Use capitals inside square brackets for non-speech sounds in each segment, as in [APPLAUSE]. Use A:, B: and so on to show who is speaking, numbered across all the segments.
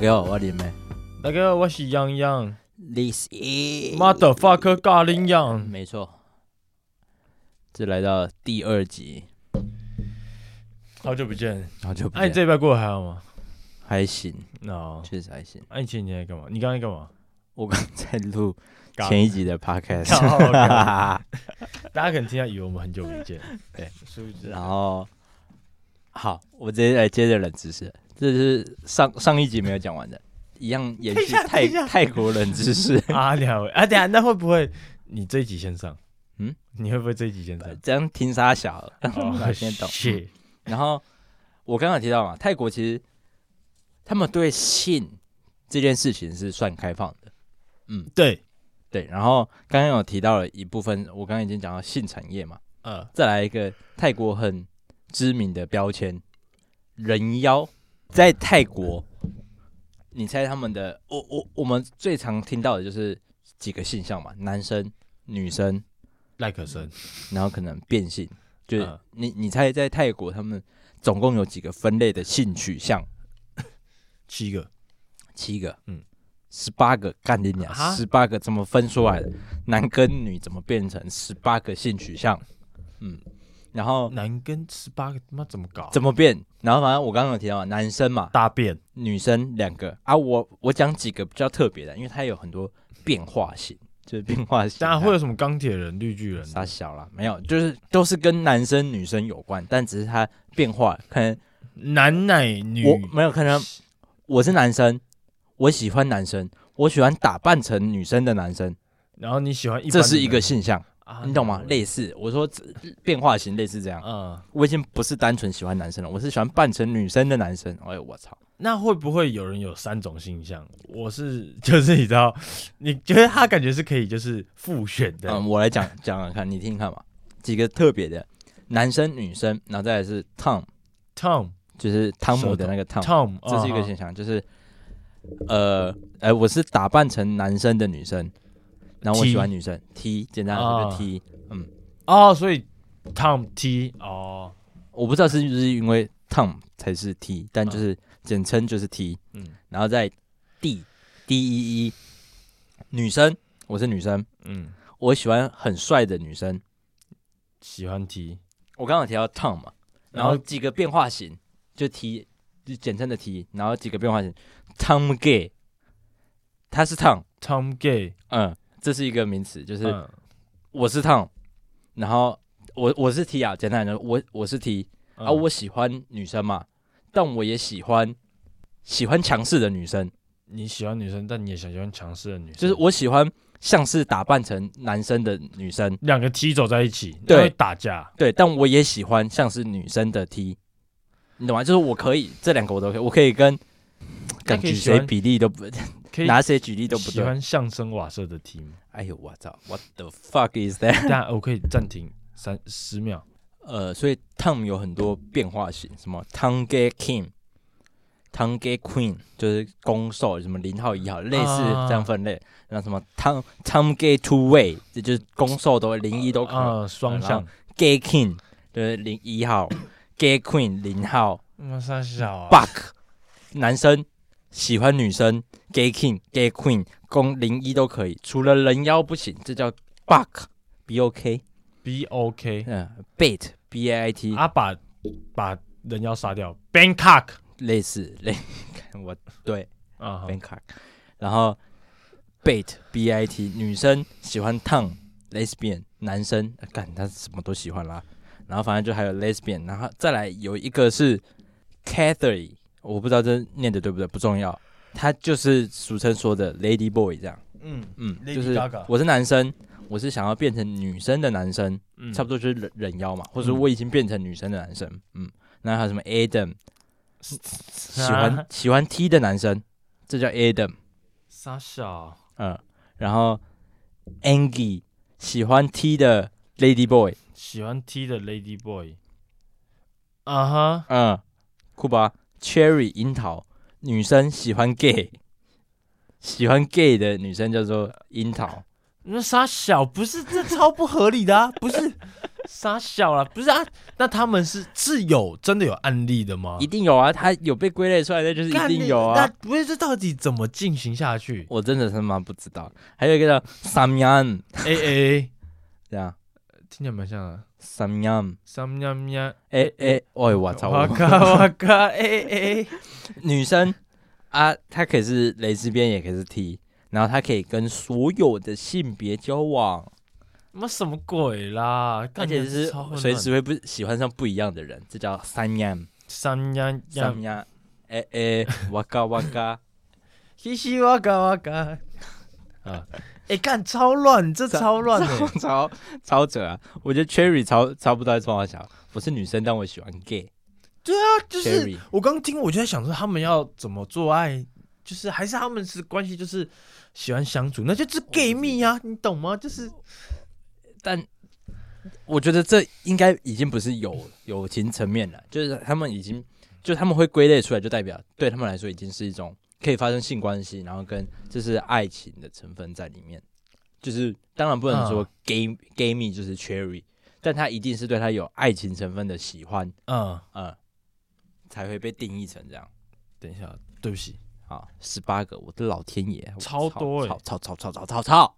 A: 家好，我林妹。
B: 大家好，我是洋洋
A: This is
B: ，motherfucker 咖喱洋。
A: 没错，这来到第二集，
B: 好久不见，
A: 好久不
B: 哎、
A: 见，
B: 你这礼拜过得还好吗？
A: 还行，
B: 哦，
A: 确实还行。
B: 哎、你前几天在干嘛？你刚才干
A: [LAUGHS]
B: 嘛？
A: 我刚才录
B: 干
A: 前一集的 podcast，
B: 靠
A: [LAUGHS]
B: 干 [LAUGHS] 大家可能听到以为我们很久没见，
A: 对，
B: 殊不知
A: 然后好，我直接来接着冷知识，这是上上一集没有讲完的，一样延续泰泰国冷知识， [LAUGHS]
B: 啊两位啊，等一下那会不会你这一集先上？
A: 嗯，
B: 你会不会这一集先上？哦
A: 这样听沙小 [LAUGHS] 了，我先懂。
B: 谢
A: 然后我刚刚有提到嘛，泰国其实他们对性这件事情是算开放的，
B: 对，
A: 对。然后刚刚有提到了一部分，我刚刚已经讲到性产业嘛，
B: 呃，
A: 再来一个泰国很知名的标签——人妖，在泰国，你猜他们的？我我我们最常听到的就是几个性向嘛，男生、女生，
B: 赖可生，
A: 然后可能变性，就是、
B: 嗯
A: 你你猜在泰国他们总共有几个分类的性取向？
B: 七个，
A: 七个，嗯
B: 嗯，
A: 十八个，干你娘！
B: 啊
A: 十八个怎么分出来的？男跟女怎么变成十八个性取向？嗯，然后
B: 男跟十八个，他妈怎么搞？
A: 怎么变？然后反正我刚刚有提到嘛，男生嘛，
B: 大便？
A: 女生两个啊。我我讲几个比较特别的，因为它有很多变化型，就是变化型。
B: [LAUGHS] 当然会有什么钢铁人、绿巨人？
A: 傻小啦，没有，就是都是跟男生女生有关，但只是它变化。可能
B: 男奶女
A: 我没有可能我是男生，我喜欢男生，我喜欢打扮成女生的男生。
B: 然后你喜欢一般的
A: 这
B: 人，
A: 是一个现象，
B: 啊，
A: 你懂吗？类似，我说这变化型类似这样。
B: 嗯，
A: 我已经不是单纯喜欢男生了，我是喜欢扮成女生的男生。哎呦，我操！
B: 那会不会有人有三种性向？我是就是你知道，你觉得他感觉是可以就是复选的，
A: 嗯，我来讲讲讲看，你听听看嘛。几个特别的，男生、女生，然后再来是 Tom，
B: Tom
A: 就是汤姆的那个 Tom，
B: Tom，
A: 这是一个
B: 嗯
A: 现象，就是呃，哎，我是打扮成男生的女生，然后我
B: T
A: 喜欢女生 T，简单来说就
B: 啊
A: T。
B: 哦，所以 Tom T 哦，
A: 我不知道是不是因为 Tom 才是 T，但就是简称就是 T。
B: 嗯
A: 然后在 D D E E 女生，我是女生，
B: 嗯，
A: 我喜欢很帅的女生。
B: 喜欢 T，
A: 我刚刚有提到 Tom 嘛，然
B: 然后
A: 后几个变化型就 T，就简称的 T，然后几个变化型，Tom Gay，他是 Tom，
B: Tom Gay，
A: 嗯，这是一个名词，就是啊
B: 嗯
A: 我是 Tom，然后我我是 T 啊，简单来说，我我是 T 啊，
B: 嗯
A: 我喜欢女生嘛，但我也喜欢喜欢强势的女生。
B: 你喜欢女生，但你也想喜欢强势的女生，
A: 就是我喜欢像是打扮成男生的女生，
B: 两个 T 走在一起，
A: 对
B: 那会打架，
A: 对，但我也喜欢像是女生的 T，你懂吗？就是我可以这两个我都可以，我可以跟，
B: 那
A: 感
B: 可以
A: 举
B: 喜
A: 谁
B: 欢
A: 比例都不
B: 可以
A: 拿谁举例都不
B: 喜
A: 对。
B: 欢相声瓦舍的
A: [LAUGHS]
B: T 吗？
A: 哎呦，我操！What the fuck is that？
B: 但我可以暂停三十秒，
A: 呃，所以 Tom 有很多变化型，什么 Tom Gay King、Tom Gay Queen，就是攻受什么零号一号，类似这样分类。然后什么 Tom Tom Gay Two Way，这就是攻受都零一都可以。
B: 啊，双
A: 然
B: 向
A: 后，Gay King 就是零一号，Gay Queen 零号
B: 妈三小啊，
A: ，Buck 男生喜欢女生，Gay King、Gay Queen 公零一都可以，除了人妖不行，这叫 Buck B O K，
B: B O K，
A: 嗯，Bait B A I T，、
B: 啊把把人妖杀掉，Bangkok
A: 类似类， [LAUGHS] 看我对
B: 啊哈
A: Bangkok，然后 Bait B I T 女生喜欢 Tom Lesbian，男生呃干、他什么都喜欢啦。然后反正就还有 Lesbian，然后再来有一个是 Cathy，我不知道这念的对不对，不重要。他就是俗称说的 Lady Boy 这样，
B: 嗯
A: 嗯，
B: Lady
A: 就是
B: Gaga
A: 我是男生，我是想要变成女生的男生，
B: 嗯
A: 差不多就是人人妖嘛，或者我已经变成女生的男生，嗯，那还有什么 Adam，喜欢 [LAUGHS]
B: 啊
A: 喜欢 T 的男生，这叫 Adam，
B: 傻小
A: 嗯，然后 Angie 喜欢 T 的 Lady Boy，
B: 喜欢 T 的 Lady Boy，啊哈，
A: 嗯，酷吧？Cherry 樱桃，女生喜欢 gay，喜欢 gay 的女生叫做樱桃， [LAUGHS]
B: 那傻小不是这超不合理的啊，不是傻小了，不是啊？那他们是是有真的有案例的吗？
A: 一定有啊，他有被归类出来，那就是一定有啊
B: 干你。那不是这到底怎么进行下
A: [LAUGHS]
B: 去
A: 我真的他妈不知道。还有一个叫 Samyang，
B: ？A A，A，
A: 哎这样
B: 听起来蛮像啊。
A: Samyang，
B: 三喵喵，
A: 哎哎，喂，我操！
B: 哇咔哇咔，A A，
A: 女生啊，她可以是蕾丝边，也可以是 T，然后她可以跟所有的性别交往，
B: 妈什么鬼啦？
A: 而
B: 干
A: 且是
B: 超混乱
A: 随时会不喜欢上不一样的人，这叫三样
B: 三喵喵
A: 三，样。哎
B: [LAUGHS]
A: 哎，哇嘎哇嘎，
B: 嘻嘻哇嘎哇嘎。啊， [LAUGHS] 哎干超乱，这超乱欸的。
A: 超超扯啊！我觉得 Cherry 超超不知道在冲啥小，我是女生，但我喜欢 gay。
B: 就是
A: Cherry
B: 我刚听，我就在想说他们要怎么做爱，就是还是他们是关系就是喜欢相处，那就是 gay 蜜啊，你懂吗？就是
A: 但我觉得这应该已经不是友友情层面了，就是他们已经就他们会归类出来，就代表对他们来说已经是一种可以发生性关系，然后跟就是爱情的成分在里面。就是当然不能
B: 嗯
A: 说 gay、gay 蜜就是 cherry，但他一定是对他有爱情成分的喜欢，
B: 嗯，
A: 呃，才会被定义成这样。
B: 等一下，对不起，
A: 啊，十八个，我的老天爷，我
B: 超多欸
A: 操操操操操操操！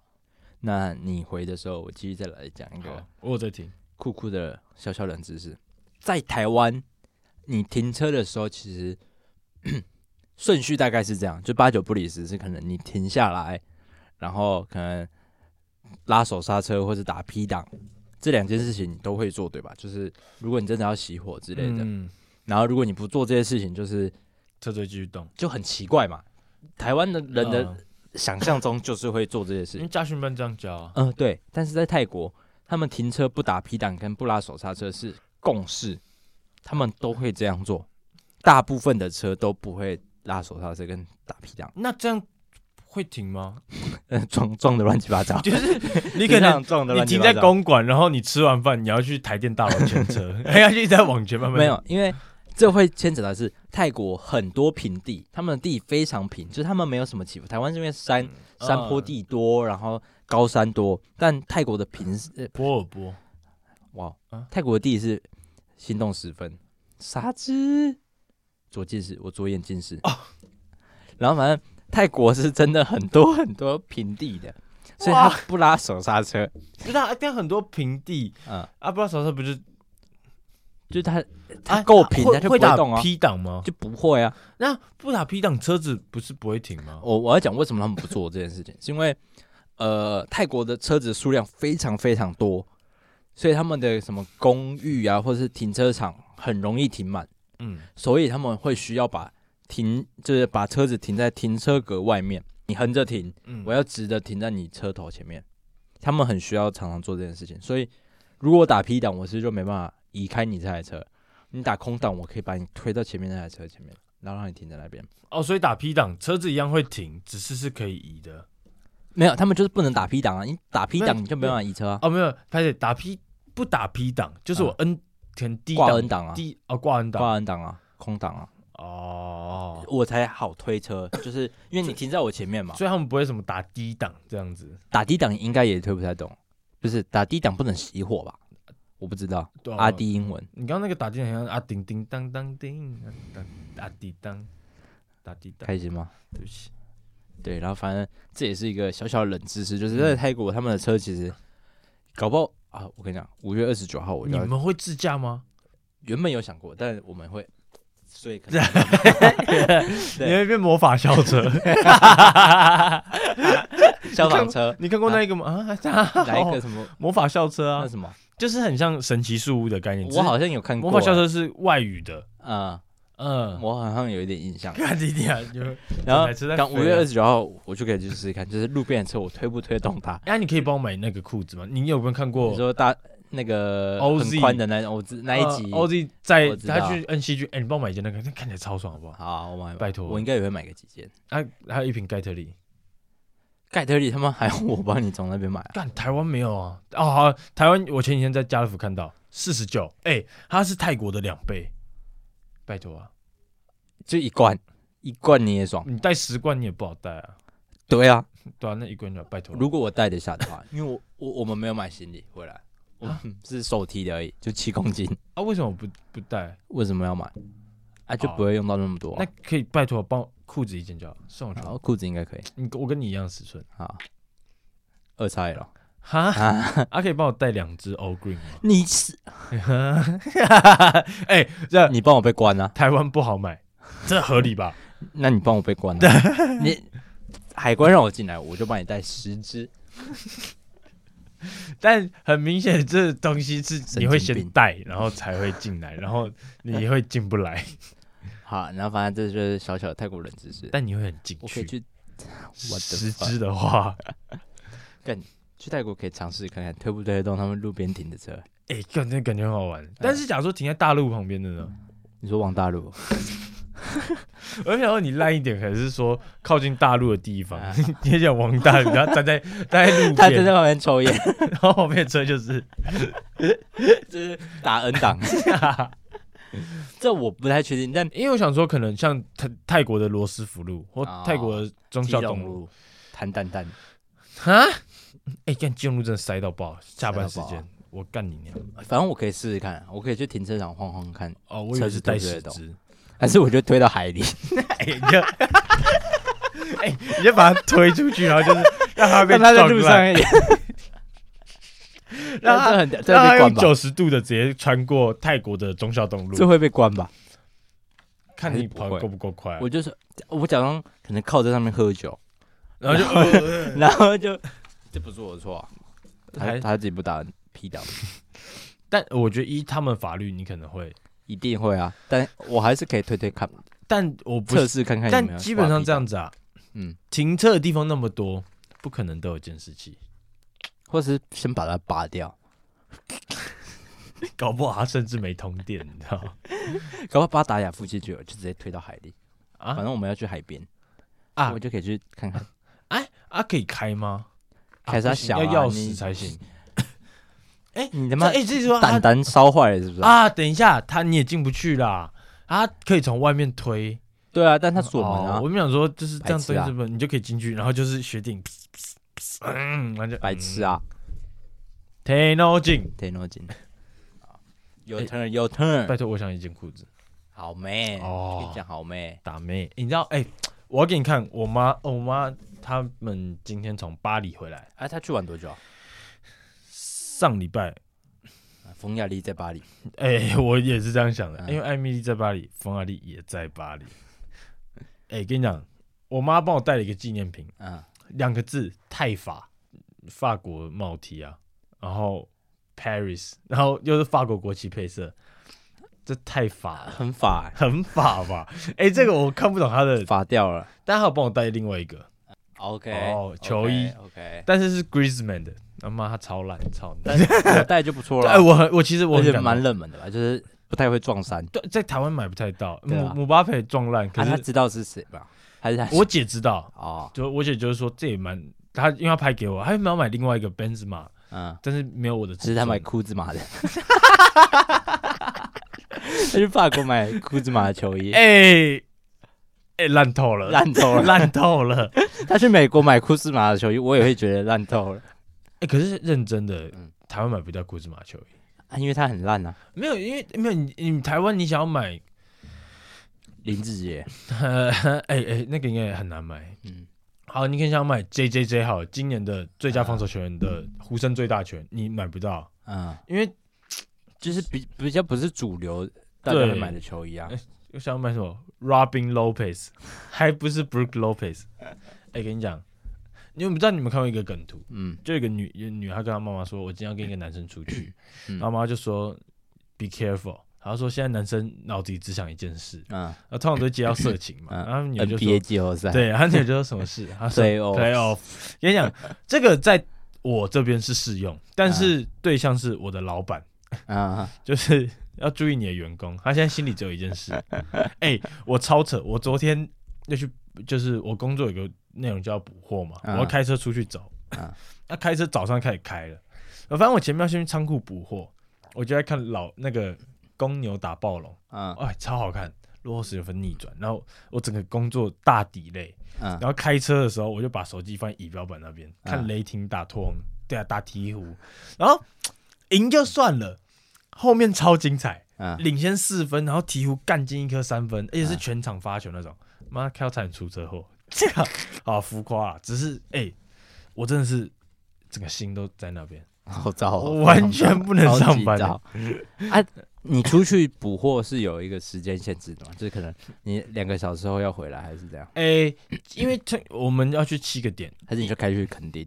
A: 那你回的时候，我继续再来讲一个
B: 好，我有在听。
A: 酷酷的小小冷知识，在台湾，你停车的时候其实 [COUGHS] 顺序大概是这样，就八九不离十是可能你停下来，然后可能拉手刹车或是打 P 档，这两件事情你都会做对吧？就是如果你真的要熄火之类的，
B: 嗯，
A: 然后如果你不做这些事情，就是
B: 车队继续动。
A: 就很奇怪嘛。台湾的人的
B: 嗯
A: 想象中就是会做这些事情
B: 因为，家训班这样教啊，
A: 嗯、对。但是在泰国，他们停车不打 P 档跟不拉手刹车是共识，他们都会这样做。大部分的车都不会拉手刹车跟打 P 档，
B: 那这样会停
A: [LAUGHS]
B: 吗？
A: 呃，撞撞的乱七八糟。
B: 就是你
A: 你
B: 可能
A: 撞的
B: 你
A: 乱七
B: 停
A: 八糟。
B: 在公馆，然后你吃完饭，你要去台电大楼
A: [LAUGHS]
B: 前车，还要一直在往前慢慢。
A: 没，有，因为这会牵扯到是泰国很多平地，他们的地非常平，就是他们没有什么起伏。台湾这边
B: 嗯
A: 山山坡地多，然后高山多，但泰国的平是呃
B: 波尔波，
A: 哇
B: 啊，
A: 泰国的地是心动十分，啥之左近视，我左眼近视
B: 哦
A: 然后反正泰国是真的很多很多平地的，所以他
B: 哇
A: 不拉手刹车，
B: 就是它它很多平地
A: 嗯，
B: 啊，不知道手上不是
A: 就是他
B: 啊
A: 他够平，
B: 会
A: 他就不
B: 会打
A: 动啊，
B: P 档吗？
A: 就不会啊。
B: 那不打 P 档，车子不是不会停吗？
A: 我我要讲为什么他们不做这件事情， [LAUGHS] 是因为呃，泰国的车子数量非常非常多，所以他们的什么公寓啊，或者是停车场很容易停满，
B: 嗯，
A: 所以他们会需要把停，就是把车子停在停车格外面，你横着停，
B: 嗯
A: 我要直的停在你车头前面。他们很需要常常做这件事情，所以如果我打 P 档，我是就没办法移开你这台车；你打空档，我可以把你推到前面那台车前面，然后让你停在那边。
B: 哦，所以打 P 档，车子一样会停，只是是可以移的。
A: 没有，他们就是不能打 P 档啊！你打 P
B: 没
A: 档你就没办法移车啊，
B: 哦，没有，拍姐打 P 不打 P 档，就是我 N 填 D
A: 嗯挂
B: 档
A: N 档啊，
B: D 哦挂 N 档
A: 挂 N 档啊，空档啊，
B: 哦，
A: 我才好推车，就是因为你停在我前面嘛。
B: 所以他们不会什么打 D 档这样子。
A: 打低档应该也推不太懂，不是打低档不能熄火吧？我不知道，
B: 对啊
A: 阿，低英文
B: 你刚刚那个打 D 档很像啊叮叮当当叮啊当打 D 当打 D 当，
A: 开心吗？
B: 对不起，
A: 对，然后反正这也是一个小小的冷知识，就是在泰国他们的车其实搞不好啊，我跟你讲，五月二十九号我就
B: 你
A: 要
B: 们会自驾吗？
A: 原本有想过，但我们会，所以可能
B: [LAUGHS] 你
A: 对
B: 会变魔法校
A: [LAUGHS]
B: 车？
A: 消防车
B: 你看过那一个吗？啊，
A: 来一个什么
B: 魔法校车
A: 那
B: 啊，
A: 什么，
B: 就是很像神奇树屋的概念。只
A: 我
B: 是
A: 好像有看过
B: 魔法校
A: 欸
B: 车是外语的，
A: 嗯，
B: 嗯，
A: 我好像有一点印象。
B: 看弟弟啊，你会
A: 然后
B: 奶吃在
A: 刚
B: 飞
A: 五
B: 啊
A: 月二十九号我就可以去试试看，就是路边的车我推不推动它。
B: 哎、你可以帮我买那个裤子吗？你有没有看
A: 你
B: 过
A: 说大那个
B: OZ
A: 很宽的那我知那一集，
B: 呃 OZ 在
A: 我知道
B: 他去 N C 去，哎、你帮我买一件那个，那看起来超爽，好不好？
A: 好，我买吧
B: 拜托
A: 我应该也会买个几件。
B: 啊，还有一瓶盖特利，
A: 盖特利他们还要我帮你从那边买啊，
B: 干台湾没有啊？哦，好啊，台湾我前几天在家乐福看到四十九，哎，它是泰国的两倍，拜托啊，
A: 就一罐，一罐你也爽。
B: 你带十罐你也不好带啊，
A: 对啊，
B: 对啊，那一罐就好拜托了。
A: 如果我带得下的话，因为我我我们没有买行李回来，我们是手提的而已，就七公斤，
B: 啊，为什么不不带？
A: 为什么要买？啊，就
B: 哦
A: 不会用到那么多
B: 那
A: 啊、
B: 可以拜托我帮我裤子一件就好，送我去
A: 然。后裤子应该可以，
B: 你我跟你一样尺寸，
A: 好，二叉 L
B: 哈，
A: 啊， [LAUGHS]
B: 啊，可以帮我带两只 All Green 吗？
A: 你是 [LAUGHS]
B: 哎、这
A: 你帮我被关啊？
B: 台湾不好买，这合理
A: [LAUGHS]
B: 吧？
A: 那你帮我被关、啊，
B: [LAUGHS]
A: 你海关让我进来，我就帮你带十只，
B: 但很明显，这东西是
A: 神
B: 你会
A: 经
B: 先
A: 病
B: 带，然后才会进来，然后你会进
A: [LAUGHS]
B: 不来，
A: 好，然后反正这就是小小的泰国冷知识，
B: 但你会很进
A: 我可以
B: 去。
A: 去我的
B: 十只的话，
A: 去泰国可以尝试看看推不推得动他们路边停的车。
B: 哎、感觉感觉很好玩。但是假如说停在大陆旁边的呢？
A: 你说往大陆，
B: 我想说你烂一点，可能是说靠近大陆的地方
A: 啊，
B: [LAUGHS] 你想王大陆，然后站在站在
A: [LAUGHS] [LAUGHS]
B: 路
A: 他正
B: 边，
A: 在旁边抽烟，
B: [LAUGHS] 然后后面车就是
A: 就是打 N
B: [LAUGHS]
A: 档。这我不太确定，但
B: 因为我想说，可能像泰泰国的罗斯福路或
A: 哦
B: 泰国的忠孝东路
A: 谈蛋蛋，
B: 哈，哎、干金融路真的塞到爆，下班时
A: 塞到
B: 间
A: 爆
B: 我干你娘！
A: 反正我可以试试看，我可以去停车场晃晃
B: [LAUGHS]
A: 看，
B: 哦，我以为是带十
A: 车子
B: 只，
A: 还是我就推到海里，
B: 哎、你就哎、你就把它推出去，然后就是让它被
A: 让 [LAUGHS] 他在
B: 撞
A: 路
B: 烂，
A: 上
B: [LAUGHS]
A: 一点，[LAUGHS]
B: 让它
A: 这很这
B: 让
A: 会
B: 它
A: 被
B: 用
A: 关吧
B: 九？十度的直接穿过泰国的忠孝东
A: 这
B: 路，
A: 会被关吧？
B: 看
A: 还
B: 你
A: 是不
B: 跑
A: 会
B: 得够不够快啊、
A: 我就是我假装可能靠在上面喝酒，
B: 然后就呃
A: [LAUGHS] 然后就这不是我的错啊，他
B: 还
A: 他自己不打 P 档。
B: 啊但我觉得依他们法律，你可能会，
A: 一定会啊，但我还是可以推推看，
B: 但我不
A: 测
B: 是，
A: 试看看有没有。
B: 但基本上这，样子啊，
A: 嗯，
B: 停车的地方那么多，不可能都有监视器，
A: 或是先把它拔掉，
B: 搞不好它甚至没通电，你知道吗
A: 搞不好把它打哑附近就有，就直接推到海里。
B: 啊
A: 反正我们要去海边
B: 啊
A: 我就可以去看看。
B: 哎啊，可以开吗？
A: 开始它
B: 啊不行
A: 小啊
B: 要钥
A: 你
B: 匙才行。
A: 你他
B: 那
A: 妈
B: [LAUGHS] 哎，这时候
A: 胆
B: 他
A: 胆烧坏了是不是？
B: 啊，等一下，他你也进不去啦。啊，可以从外面推
A: 对啊，但它锁门
B: 哦
A: 啊
B: 我，们想说就是这样
A: 白痴
B: 推
A: 啊
B: 是不是？你就可以进去，然后就是雪顶，噗噗噗嗯，然后就
A: 白痴啊
B: ，technology。
A: ，technology。有
B: 哎
A: turn 有 turn，
B: 拜托，我想一件裤子，
A: 好妹，
B: 哦
A: 跟你讲好妹，
B: 打妹。你知道，哎，我要给你看，我妈，我妈他们今天从巴黎回来，
A: 哎，他去玩多久啊？
B: 上礼拜，
A: 啊冯亚丽在巴黎，
B: 哎， [LAUGHS] 我也是这样想的，
A: 嗯
B: 因为艾米丽在巴黎，冯亚丽也在巴黎。哎，跟你讲，我妈帮我带了一个纪念品，
A: 嗯，
B: 两个字泰法，法国帽 T 啊，然后 Paris，然后又是法国国旗配色，这太法
A: 很法欸
B: 很法吧？哎、这个我看不懂他的，
A: 法掉了
B: 但他有帮我带另外一个，
A: ，OK，
B: 哦球衣
A: ，OK，
B: 但是是 Griezmann 的，他、妈他超烂超
A: [LAUGHS]
B: 烂。
A: 但 [LAUGHS] 我带就不错了 [LAUGHS]
B: 哎、。我很我其实我
A: 啊而
B: 很
A: 且
B: 感
A: 蛮冷门的吧，就是不太会撞衫。
B: 对，在台湾买不太到，
A: 对
B: 姆
A: 啊
B: 姆巴佩撞烂，可
A: 啊，他
B: 是
A: 知道是谁吧？还是他
B: 我姐知道，
A: 哦，
B: 就我姐就是说这也蛮，她因为她拍给我，她没有买另外一个 Benzema，
A: 嗯，
B: 但是没有我的尺
A: 只
B: 寸，
A: 是他买裤子码的。 [LAUGHS] 他去法国买裤子码的球 [LAUGHS] 衣，
B: 哎哎烂透了，
A: 烂透了。
B: [LAUGHS] 烂透了。哎、
A: 他去美国买库兹马的球衣，我也会觉得烂透了
B: 哎可是认真的
A: 嗯，
B: 台湾买不到库兹马球衣，
A: 啊，因为他很烂啊。
B: 没有，因为没有你，你台湾你想要买，
A: 林志杰，
B: 呃， [LAUGHS] 哎哎，那个应该也很难买。
A: 嗯，啊
B: 好，你可以想买 J J J 好了，今年的最佳防守球员的呼声最大权，你买不到，
A: 嗯，
B: 因为
A: 就是比比较不是主流大家
B: 对
A: 会买的球衣啊。
B: 我想要买什么 Robin Lopez，还不是 Brook Lopez。哎，跟你讲，你们不知道你们看过一个梗图，
A: 嗯，
B: 就有一个女有女孩跟她妈妈说：“我今天要跟一个男生出去。
A: 嗯
B: 然后妈妈就说：“Be careful。”然后说现在男生脑子里只想一件事，
A: 嗯
B: 那通常都接到色情嘛。
A: 嗯
B: 然后女儿就
A: ，NBA
B: 说
A: 季后：“赛，
B: 对。”然后女儿就说：“什么事？” [LAUGHS] 她说
A: Playoffs
B: “Playoff。”跟你讲，这个在我这边是适用，但是对象是我的老板，
A: 啊，
B: 就是要注意你的员工。他现在心里只有一件事。哎，我超扯！我昨天要去，就是我工作有个内容叫补货嘛，我
A: 嗯
B: 要开车出去走。
A: 嗯
B: [LAUGHS] 那开车早上开始开了，反正我前面要先去仓库补货，我就在看老那个公牛打暴龙，
A: 嗯
B: 哎，超好看，落后十九分逆转。然后我整个工作大底累，
A: 嗯
B: 然后开车的时候我就把手机放在仪表板那边
A: 嗯
B: 看雷霆打拓荒，对啊，打鹈鹕，然后。赢就算了，后面超精彩，
A: 嗯，
B: 领先四分，然后鹈鹕干进一颗三分，而且是全场发球那种，妈开到差点出车祸， [LAUGHS] 这样啊浮夸啊，只是哎、我真的是整个心都在那边，
C: 好糟哦，
B: 我 [LAUGHS] 完全不能上班
A: 超级糟啊！你出去捕获是有一个时间限制的嘛？就是可能你两个小时后要回来，还是这样？
B: 哎、因为这我们要去七个点，
A: 还是你就开去垦 [LAUGHS] 丁？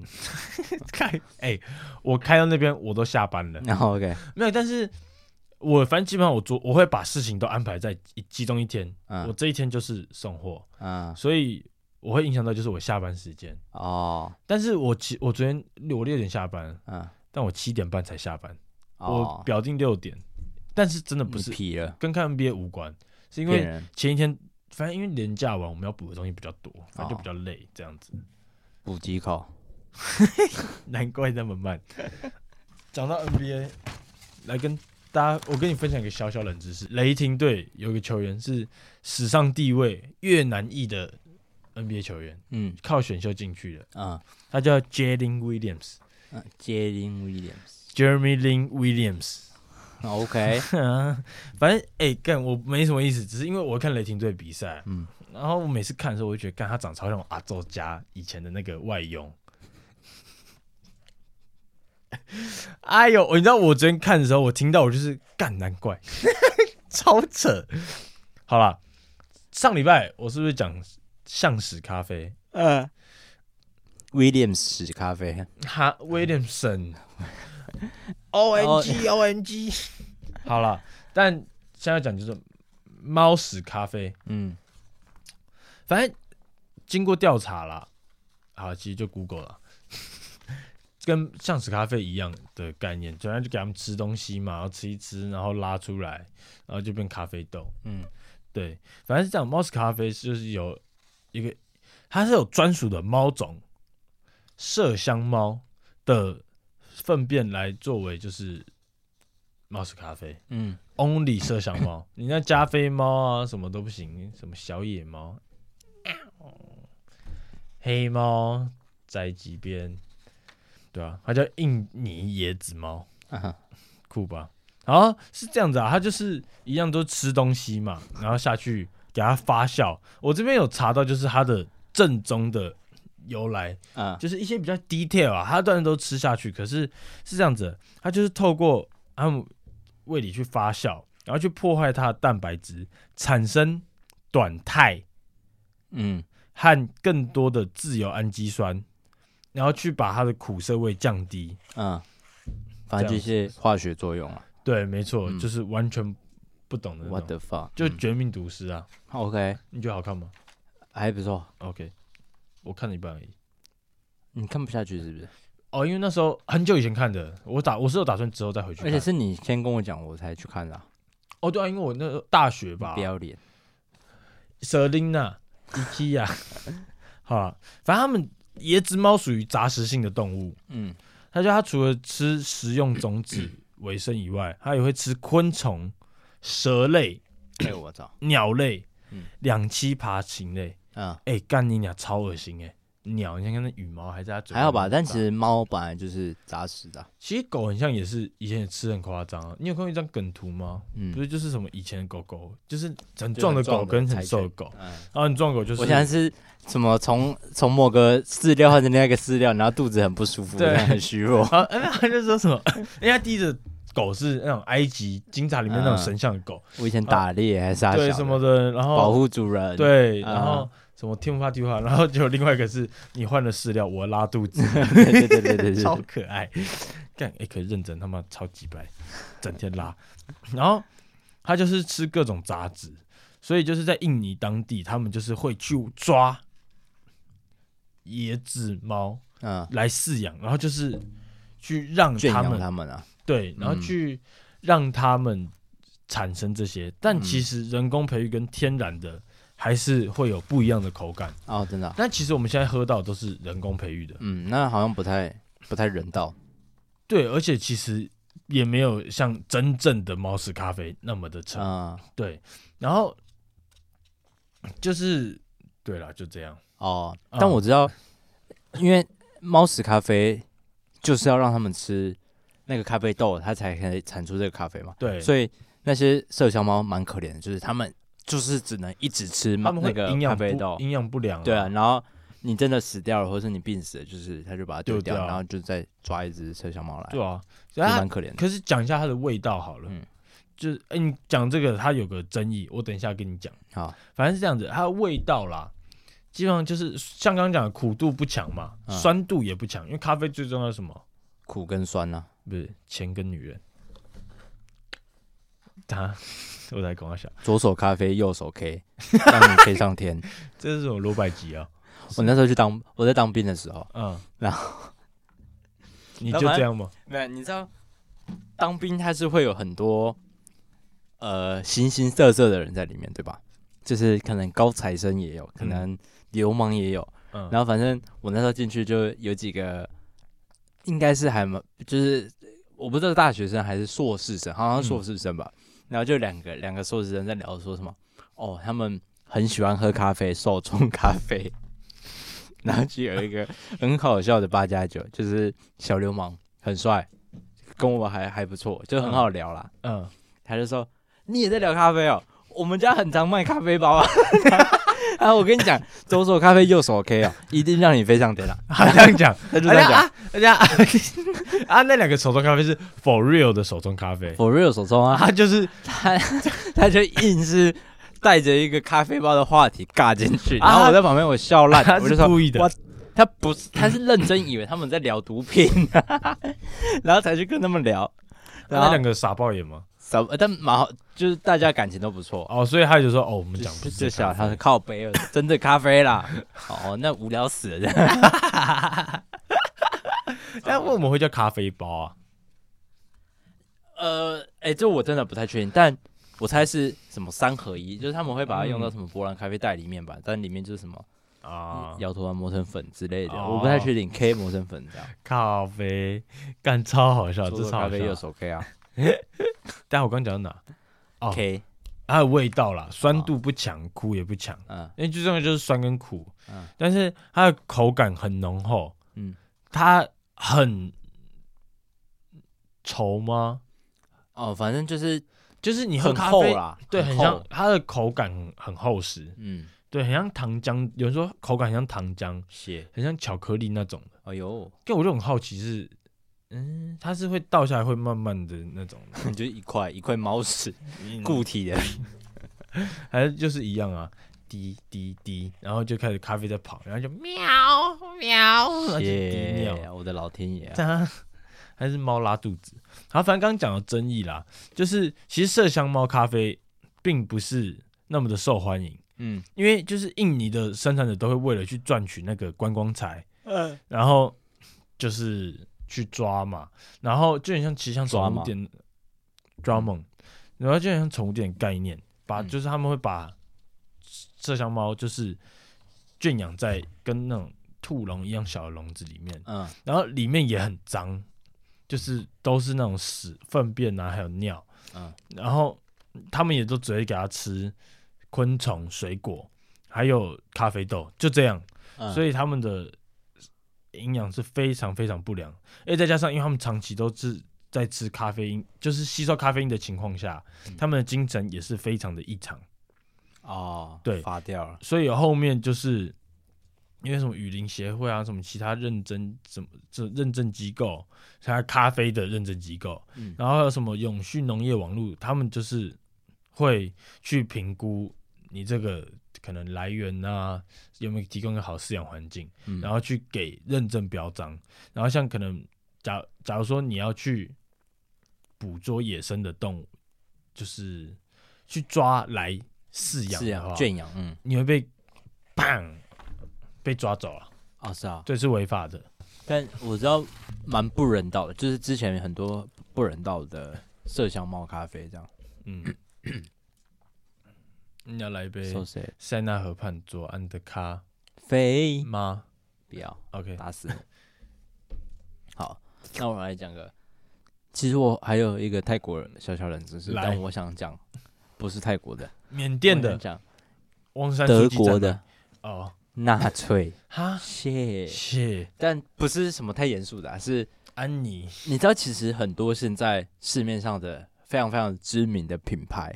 B: 开哎、我开到那边我都下班了，
A: 然后哦 OK，
B: 没有，但是我反正基本上我做我会把事情都安排在一集中一天，
A: 嗯
B: 我这一天就是送货，
A: 嗯，
B: 所以我会影响到就是我下班时间。
A: 哦，
B: 但是我其我昨天我六点下班，
A: 嗯，
B: 但我七点半才下班，我
A: 哦，
B: 表定六点，但是真的不
A: 你
B: 是
A: 皮了，
B: 跟看 NBA 无关，是因
A: 骗
B: 为
A: 人
B: 前一天反正因为连假完我们要补的东西比较多，反正就比较累这样子，
A: 哦补几口，
B: 难怪那么慢。 [LAUGHS] 讲到 NBA，来跟大家，我跟你分享一个小小冷知识：雷霆队有一个球员是史上地位越南裔的 NBA 球员，
A: 嗯
B: 靠选秀进去的，
A: 嗯
B: 他叫 Jalen Williams。
A: 嗯，杰林威廉
B: Jeremy Lin Williams，
A: ，OK，
B: [LAUGHS] 反正哎干、我没什么意思，只是因为我看雷霆队比赛，
A: 嗯
B: 然后我每次看的时候，我就觉得干他长超像我阿周家以前的那个外佣。哎呦，你知道我昨天看的时候，我听到我就是干，难怪， [LAUGHS] 超扯。好啦，上礼拜我是不是讲象屎咖啡？
A: 嗯，Williams 屎咖啡，
B: 哈，Williamson，O N
A: 哦
B: G O N G。好了，但现在讲就是猫屎咖啡，
A: 嗯
B: 反正经过调查啦，好，其实就 Google 了， [LAUGHS] 跟象屎咖啡一样的概念，主要就给他们吃东西嘛，然后吃一吃，然后拉出来，然后就变咖啡豆。
A: 嗯
B: 对，反正是这样，猫屎咖啡就是有一个，它是有专属的猫种，麝香猫的粪便来作为就是猫屎咖啡
A: 嗯，
B: ，only 麝香猫， [LAUGHS] 你那加菲猫啊什么都不行，什么小野猫、黑猫、宅急便，对啊，它叫印尼椰子猫。
A: 啊哈
B: 酷吧？然后是这样子啊，它就是一样都吃东西嘛，然后下去给它发酵。我这边有查到，就是它的正宗的由来，
A: 啊
B: 就是一些比较 detail 啊，它当然都吃下去，可是是这样子，它就是透过它们胃里去发酵，然后去破坏它的蛋白质，产生短肽
A: 嗯
B: 和更多的自由氨基酸，然后去把它的苦涩味降低。
A: 嗯，反正就是化学作用啊
B: 对，没错，
A: 嗯
B: 就是完全不懂的那
A: ，What
B: 种，
A: the fuck，
B: 就《绝命毒师》啊，
A: OK，
B: 你觉得好看吗
A: 还不错，
B: ？OK，我看了一半而已。
A: 你看不下去是不是？
B: 哦，因为那时候很久以前看的，我打我是有打算之后再回去
A: 而
B: 看。
A: 且是你先跟我讲，我才去看的啊，
B: 哦，对啊，因为我那时候大学吧
A: 不要脸，
B: ，Selina、IKEA，好了，反正他们椰子猫属于杂食性的动物，
A: 嗯
B: 它就它除了吃食用
A: [CLEARS THROAT]
B: 种子为生以外，它也会吃昆虫、蛇类、
A: 哎，我 [COUGHS] 操，
B: 鸟类
A: 嗯、
B: 两栖爬行类。
A: 嗯，
B: 哎、干你俩超恶心哎、鸟，你看看那羽毛还在它嘴巴
A: 还好吧，
B: 里面
A: 但其
B: 长
A: 实猫本来就是杂食的啊，
B: 其实狗很像也是以前也吃很夸张啊。你有看过一张梗图吗？不
A: 嗯
B: 是，就是什么以前的狗狗，就是很壮的狗跟很瘦的狗，
A: 嗯。
B: 然后很壮的狗就是
A: 我想是什么从从某个饲料换成另外一个饲料，然后肚子很不舒服，
B: 对
A: 这样很虚弱。
B: 啊，哎，他就说什么，人家第一只狗是那种埃及金字塔里面那种神像的狗，
A: [LAUGHS] 我以前打猎还嗯杀小
B: 对
A: 的
B: 什么的，然后
A: 保护主人，，
B: 对，
A: 啊
B: 然后什么天不怕地不怕，然后就有另外一个是你换了饲料，我拉肚子，
A: 对对对对对对
B: [LAUGHS] 超可爱。干，哎、可认真他妈超级白，整天拉。然后他就是吃各种杂质，所以就是在印尼当地，他们就是会去抓椰子猫
A: 嗯，
B: 来饲养，然后就是去让
A: 圈
B: 他
A: 养
B: 们
A: 他们啊，
B: 对，然后
A: 嗯
B: 去让他们产生这些。但
A: 嗯
B: 其实人工培育跟天然的还是会有不一样的口感。
A: 哦，真的啊，
B: 但其实我们现在喝到的都是人工培育的，
A: 嗯，那好像不太不太人道，
B: 对，而且其实也没有像真正的猫屎咖啡那么的沉。
A: 嗯，
B: 对，然后就是对了，就这样。
A: 哦，
B: 嗯
A: 但我知道，因为猫屎咖啡就是要让他们吃那个咖啡豆，它才可以产出这个咖啡嘛。
B: 对，
A: 所以那些麝香猫蛮可怜的，就是它们就是只能一直吃
B: 他们
A: 那
B: 会
A: 个
B: 营
A: 咖
B: 养
A: 啡豆
B: 不，营养不良、
A: 对啊，，然后你真的死掉了，或是你病死了，就是它就把它丢
B: 丢
A: 掉，
B: 掉
A: 然后就再抓一只麝香猫来，
B: 对啊，所
A: 就
B: 以它
A: 蛮可
B: [LAUGHS]
A: 怜的。
B: 可是讲一下它的味道好了，
A: 嗯
B: 就是哎、你讲这个它有个争议，我等一下跟你讲。
A: 好，
B: 反正是这样子，它的味道啦，基本上就是像刚刚讲的苦度不强嘛，
A: 嗯
B: 酸度也不强，因为咖啡最重要是什么？
A: 苦跟酸啊呐、
B: 不是钱跟女人。他，我在跟我想，
A: 左手咖啡，右手 K，让你 K 上
B: [LAUGHS]
A: 天。
B: 这是什么罗百吉啊？
A: 我那时候去当我在当兵的时候，
B: 嗯，
A: 然
B: 后
A: [LAUGHS]
B: 你就这样吗？
A: 没有，你知道当兵他是会有很多呃形形色色的人在里面，对吧？就是可能高材生也有，可
B: 嗯
A: 能流氓也有，
B: 嗯，
A: 然后反正我那时候进去就有几个，应该是还蛮就是我不知道是大学生还是硕士生，好像是硕士生吧。然后就两个两个硕士生在聊说什么哦，他们很喜欢喝咖啡，手冲咖啡。 [LAUGHS] 然后就有一个很好笑的八加九，就是小流氓，很帅，跟我还还不错，就很好聊啦。
B: 嗯，
A: 他就说：“你也在聊咖啡哦？我们家很常卖咖啡包啊。” [LAUGHS] 啊，我跟你讲，左手咖啡，右手 K 哦，一定让你飞上天了。
B: 他嗯这样讲，
A: 啊他就
B: 他
A: 这样讲
B: 啊，人家啊，那两个手冲咖啡是 for real 的手冲咖
A: [LAUGHS]
B: 啡，
A: ，for real 手冲啊，
B: 他就是 [LAUGHS]
A: 他他就硬是带着一个咖啡包的话题尬进去，
B: 啊
A: 然后我在旁边我笑烂
B: 他， [LAUGHS]
A: 我就是说
B: 故意的
A: 我，他不是，他是认真以为他们在聊毒品，啊 [LAUGHS] 然后才去跟他们聊，然
B: 那
A: 后
B: 两个傻爆眼嘛。
A: 什么，但蛮好，就是大家感情都不错。
B: 哦，所以他就说，哦，我们讲不
A: 就是就
B: 这个
A: 小，
B: 咖
A: 他是
B: 啡
A: 靠
B: [LAUGHS]
A: 北，真的咖啡啦。哦，那无聊死了。 [LAUGHS]
B: 但为什么会叫咖啡包啊？
A: 呃，哎、这我真的不太确定，但我猜是什么三合一，就是他们会把它用
B: 嗯
A: 到什么波兰咖啡袋里面吧，但里面就是什么
B: 啊，
A: 摇头丸磨成粉之类的，
B: 哦
A: 我不太确定 K 磨成粉这样。
B: 咖啡干超好笑，
A: 左
B: 这
A: 手
B: 超
A: 咖
B: 好笑
A: 啡。右手 K 啊
B: 但我刚讲到哪？哦
A: ，K，
B: 它的味道啦，酸度不强，苦也不强，
A: 哦嗯
B: 因为最重要就是酸跟苦。
A: 嗯
B: 但是它的口感很浓厚，
A: 嗯，
B: 它很稠吗？
A: 哦，反正就是
B: 就是你喝
A: 很
B: 咖
A: 厚
B: 啡，
A: 啦，
B: 对，很
A: 很
B: 像
A: 厚，
B: 它的口感很很厚实，
A: 嗯，
B: 对，很像糖浆。有人说口感很像糖浆，
A: 血，
B: 很像巧克力那种的。
A: 哎呦， [LAUGHS]
B: 但我就很好奇是，嗯，它是会倒下来会慢慢的那种的，
A: 你就一块一块猫屎
B: 固
A: 固体
B: [LAUGHS]
A: 的，
B: 还是就是一样啊，滴滴滴，然后就开始咖啡在跑，然后就喵喵，然后就滴尿，
A: 血，我的老天爷啊，
B: 它还是猫拉肚子。好，反正刚刚讲到争议啦，就是其实麝香猫咖啡并不是那么的受欢迎，
A: 嗯
B: 因为就是印尼的生产者都会为了去赚取那个观光财，
A: 嗯，
B: 然后就是去抓嘛，然后就很像其实像
A: 抓
B: 宠
A: 嘛
B: 物店抓猛，然后就很像宠物店的概念，把、
A: 嗯
B: 就是他们会把麝香猫就是圈养在跟那种兔笼一样小的笼子里面，
A: 嗯
B: 然后里面也很脏，就是都是那种屎、粪便啊，还有尿，
A: 嗯
B: 然后他们也都只会给它吃昆虫、水果，还有咖啡豆，就这样。
A: 嗯，
B: 所
A: 以
B: 以他们的营养是非常非常不良，而再加上因为他们长期都是在吃咖啡因，就是吸收咖啡因的情况下，
A: 嗯
B: 他们的精神也是非常的异常，
A: 哦，
B: 对
A: 发掉了，
B: 所以后面就是因为什么雨林协会啊，什么其他认证什么这认证机构，像咖啡的认证机构，
A: 嗯
B: 然后还有什么永续农业网络，他们就是会去评估你这个可能来源啊，有没有提供一个好饲养环境。
A: 嗯
B: 然后去给认证标章，然后像可能假假如说你要去捕捉野生的动物，就是去抓来饲养
A: 是
B: 的
A: 啊，
B: 话，
A: 圈养，嗯，
B: 你会被砰被抓走了，
A: 哦是啊，
B: 这是违法的。
A: 但我知道蛮不人道的，就是之前很多不人道的麝香猫咖啡这样。
B: 嗯，你要来一杯
A: So sad，
B: 塞纳河畔左岸的咖
A: 飞
B: 吗
A: 不要
B: ？OK，
A: 打
B: [LAUGHS]
A: 死你。好，那我来讲个，其实我还有一个泰国人小小冷知识，
B: 来
A: 但我想讲不是泰国的，
B: 缅甸
A: 我想
B: 的
A: 讲
B: 汪山
A: 德
B: 书记
A: 国
B: 站
A: 的
B: 哦，
A: 纳粹
B: 哈， [LAUGHS]
A: 谢，
B: 谢
A: 但不是什么太严肃的、啊，是
B: 安妮，
A: 你知道，其实很多现在市面上的非常非常知名的品牌，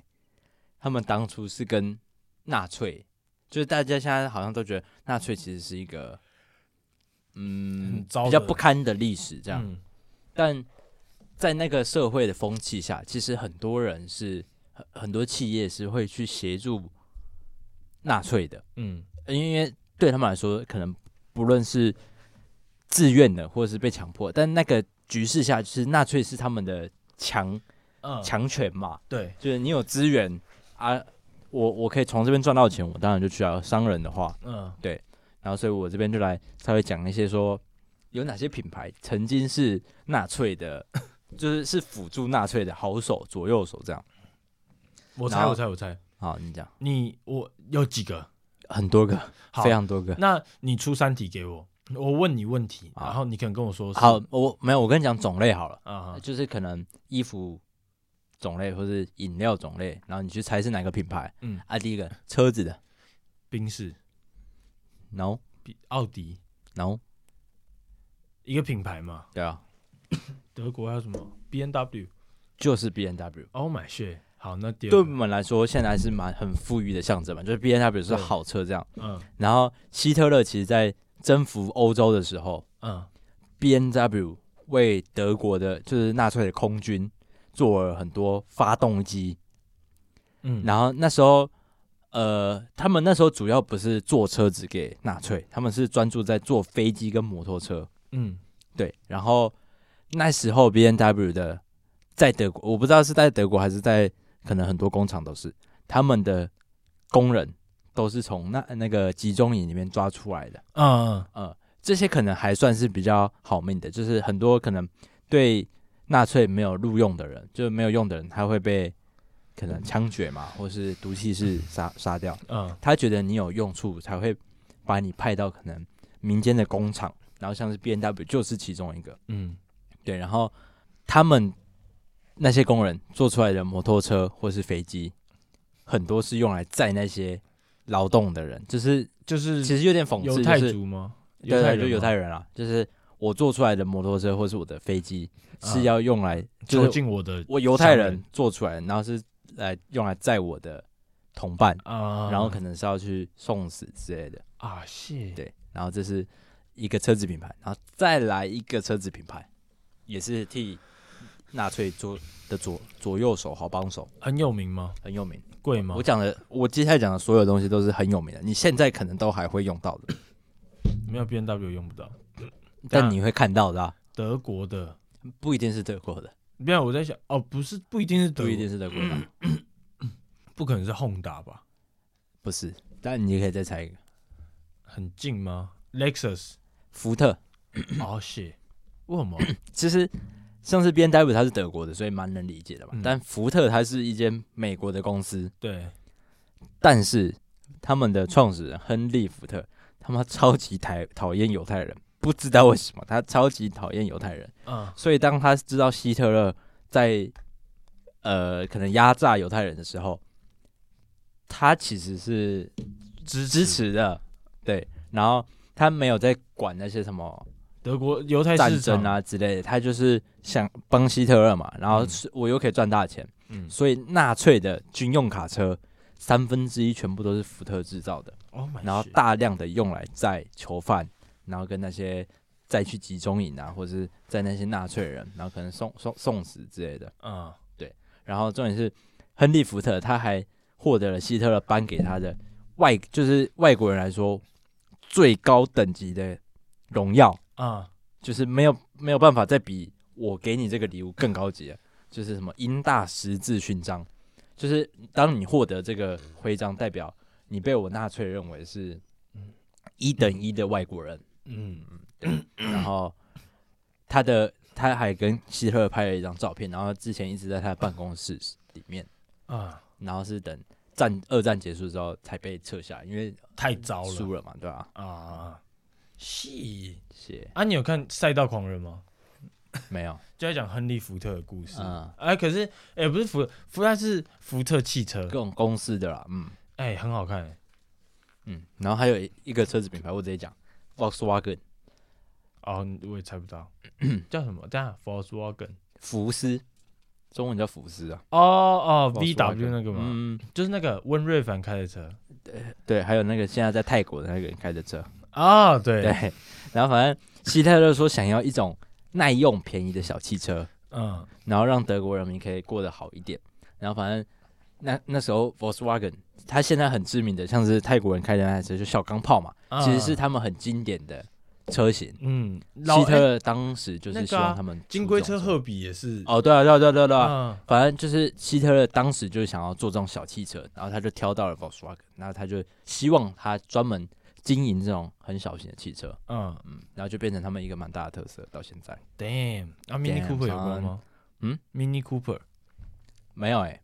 A: 他们当初是跟纳粹，就是大家现在好像都觉得纳粹其实是一个，嗯
B: 很，糟的
A: 比较不堪的历史这样。
B: 嗯
A: 但在那个社会的风气下，其实很多人是很很多企业是会去协助纳粹的，
B: 嗯
A: 因为对他们来说，可能不论是自愿的或者是被强迫，但那个局势下，就是纳粹是他们的强
B: 嗯，
A: 强权嘛，
B: 对，
A: 就是你有资源啊，我我可以从这边赚到钱，我当然就去啊。商人的话，
B: 嗯
A: 然后所以我这边就来稍微讲一些说有哪些品牌曾经是纳粹的， [LAUGHS] 就是是辅助纳粹的好手、左右手这样。
B: 我
A: 然
B: 猜
A: 后
B: 我猜我猜，
A: 好，你讲
B: 你我有几个？
A: 很多个，
B: 好
A: 非，常多个。
B: 那你出三题给我，我问你问题，
A: 好
B: 然后你可能跟我说是
A: 好，我没有，我跟你讲种类好了。
B: 啊，
A: 就是可能衣服种类或是饮料种类，然后你去猜是哪个品牌。
B: 嗯，
A: 啊，第一个车子的
B: 宾士、
A: ，no
B: 比奥迪
A: no，
B: 一个品牌嘛，
A: 对啊，
B: 德国还有什么 B N W？
A: 就是 B N W。
B: Oh my shit！好，那第二
A: 对我
B: 个，
A: 们来说，现在是蛮很富裕的象征嘛，就是 B N W 是好车这样。
B: 嗯
A: 然后希特勒其实在征服欧洲的时候
B: 嗯
A: ，B N W 为德国的就是纳粹的空军做了很多发动机，
B: 嗯，
A: 然后那时候，呃，他们那时候主要不是做车子给纳粹，他们是专注在做飞机跟摩托车。
B: 嗯
A: 对，然后那时候 B N W 的在德国，我不知道是在德国还是在可能很多工厂都是，他们的工人都是从那那个集中营里面抓出来的。
B: 嗯
A: 呃，这些可能还算是比较好命的，就是很多可能对纳粹没有录用的人，就是没有用的人，他会被可能枪决嘛，或是毒气室杀杀掉。
B: 嗯
A: 他觉得你有用处，才会把你派到可能民间的工厂，然后像是 B N W 就是其中一个。
B: 嗯
A: 对，然后他们那些工人做出来的摩托车或是飞机，很多是用来载那些劳动的人，就是
B: 就是
A: 其实有点讽
B: 犹
A: 刺，
B: 太
A: 就是
B: 族吗？
A: 对对，
B: 人
A: 就犹
B: 吗
A: 太人啊，就是我做出来的摩托车或是我的飞机是
B: 嗯
A: 要用来，
B: 囚
A: 就是
B: 禁我的
A: 我犹太
B: 商
A: 人做出来的，然后是来用来载我的同伴，
B: 啊，
A: 然后可能是要去送死之类的。
B: 啊谢
A: 对，然后这是一个车子品牌，然后再来一个车子品牌，也是替纳粹做的左左右手好帮手，
B: 很有名吗？
A: 很有名。
B: 贵吗
A: 我？讲的，我接下来讲的所有东西都是很有名的，你现在可能都还会用到的，
B: 没有 B N W 用不到，
A: 但你会看到的啊、
B: 德国的
A: 不一定是德国的，
B: 没有，我在想哦，不是不一定是
A: 不
B: 德国，
A: 一定是德国的啊，
B: 不可能是 Honda 吧？
A: 不是。但你可以再猜一个，
B: 很近吗？Lexus
A: [CLEARS THROAT] 福特。
B: 哦谢，
A: [CLEARS THROAT]
B: 为什么？
A: 其实像是 B N W 它是德国的，所以蛮能理解的嘛。
B: 嗯
A: 但福特它是一间美国的公司，
B: 对，
A: 但是他们的创始人亨利·福特他妈超级讨讨厌犹太人，不知道为什么他超级讨厌犹太人。
B: 嗯
A: 所以当他知道希特勒在呃可能压榨犹太人的时候，他其实是
B: 支
A: 支持的，对。然后他没有在管那些什么
B: 德国犹太
A: 战
B: 市
A: 争
B: 场，
A: 啊之类的，他就是想帮希特勒嘛，然后
B: 嗯
A: 是我又可以赚大钱，
B: 嗯
A: 所以纳粹的军用卡车三分之一全部都是福特制造的，
B: ，Oh my，
A: 然后
B: shit
A: 大量的用来载囚犯，然后跟那些再去集中营啊，或者是在那些纳粹人，然后可能送送送死之类的。
B: 嗯
A: 然后重点是，亨利福特他还获得了希特勒颁给他的外，就是外国人来说最高等级的荣耀。
B: 啊
A: 就是没有没有办法再比我给你这个礼物更高级了，就是什么英大十字勋章，就是当你获得这个徽章，代表你被我纳粹认为是一等一的外国人，
B: 嗯
A: 然后他的他还跟希特勒拍了一张照片，然后之前一直在他的办公室里面，
B: 啊，
A: 然后是等战二战结束之后才被撤下来，因为
B: 太糟了
A: 输了嘛，对吧、啊？
B: 啊，谢
A: 谢
B: 啊，你有看《赛道狂人》吗？
A: 没有，
B: 就在讲亨利·福特的故事。
A: 嗯
B: 哎、可是哎、不是福福特是福特汽车
A: 各，种公司的啦，嗯。
B: 哎、很好看、哎
A: 嗯，然后还有一个车子品牌，我直接讲 Volkswagen，
B: 哦，我也猜不 [CLEARS THROAT] 到叫什么？这样 f o l k s w a g e n
A: 福斯，中文叫福斯啊，
B: 哦哦
A: Volkswagen
B: ，V W 那个吗？
A: 嗯，
B: 就是那个温瑞凡开的车
A: 对，还有那个现在在泰国的那个人开的车，
B: 啊、对，
A: 对，然后反正希特勒说想要一种耐用便宜的小汽车，
B: 嗯
A: 然后让德国人民可以过得好一点。然后反正那那时候 Volkswagen，它现在很知名的，像是泰国人开的那台车，就小钢炮嘛，
B: 啊
A: 其实是他们很经典的车型。
B: 嗯，老
A: 希特
B: 哎
A: 勒当时就
B: 那
A: 是
B: 个
A: 希
B: 啊
A: 望他们出
B: 金龟
A: 这种
B: 车赫比也是，
A: 哦，对啊，对啊，对啊，对啊，对啊
B: 嗯
A: 反正就是希特勒当时就是想要做这种小汽车，然后他就挑到了 Volkswagen，然后他就希望他专门经营这种很小型的汽车，
B: 嗯
A: 嗯，然后就变成他们一个蛮大的特色。到现在
B: ，Damn，啊，Mini
A: Damn,
B: Cooper 有关吗？
A: 嗯
B: ，Mini Cooper
A: 没有哎、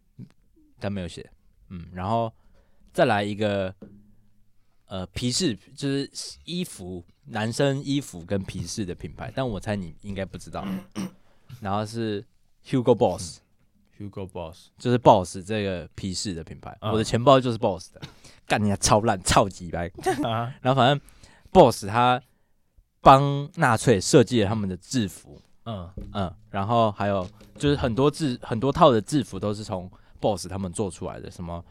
A: 但没有写，嗯，然后再来一个，呃，皮氏就是衣服，男生衣服跟皮氏的品牌，但我猜你应该不知道。然后是 Hugo Boss，
B: Hugo Boss，
A: 就是 Boss 这个皮氏的品牌，
B: 嗯
A: 我的钱包就是 Boss 的，干你家超烂，超级白。
B: [LAUGHS] 啊，
A: 然后反正 Boss 他帮纳粹设计了他们的制服，
B: 嗯
A: 嗯，然后还有就是很多制很多套的制服都是从 Boss 他们做出来的，什么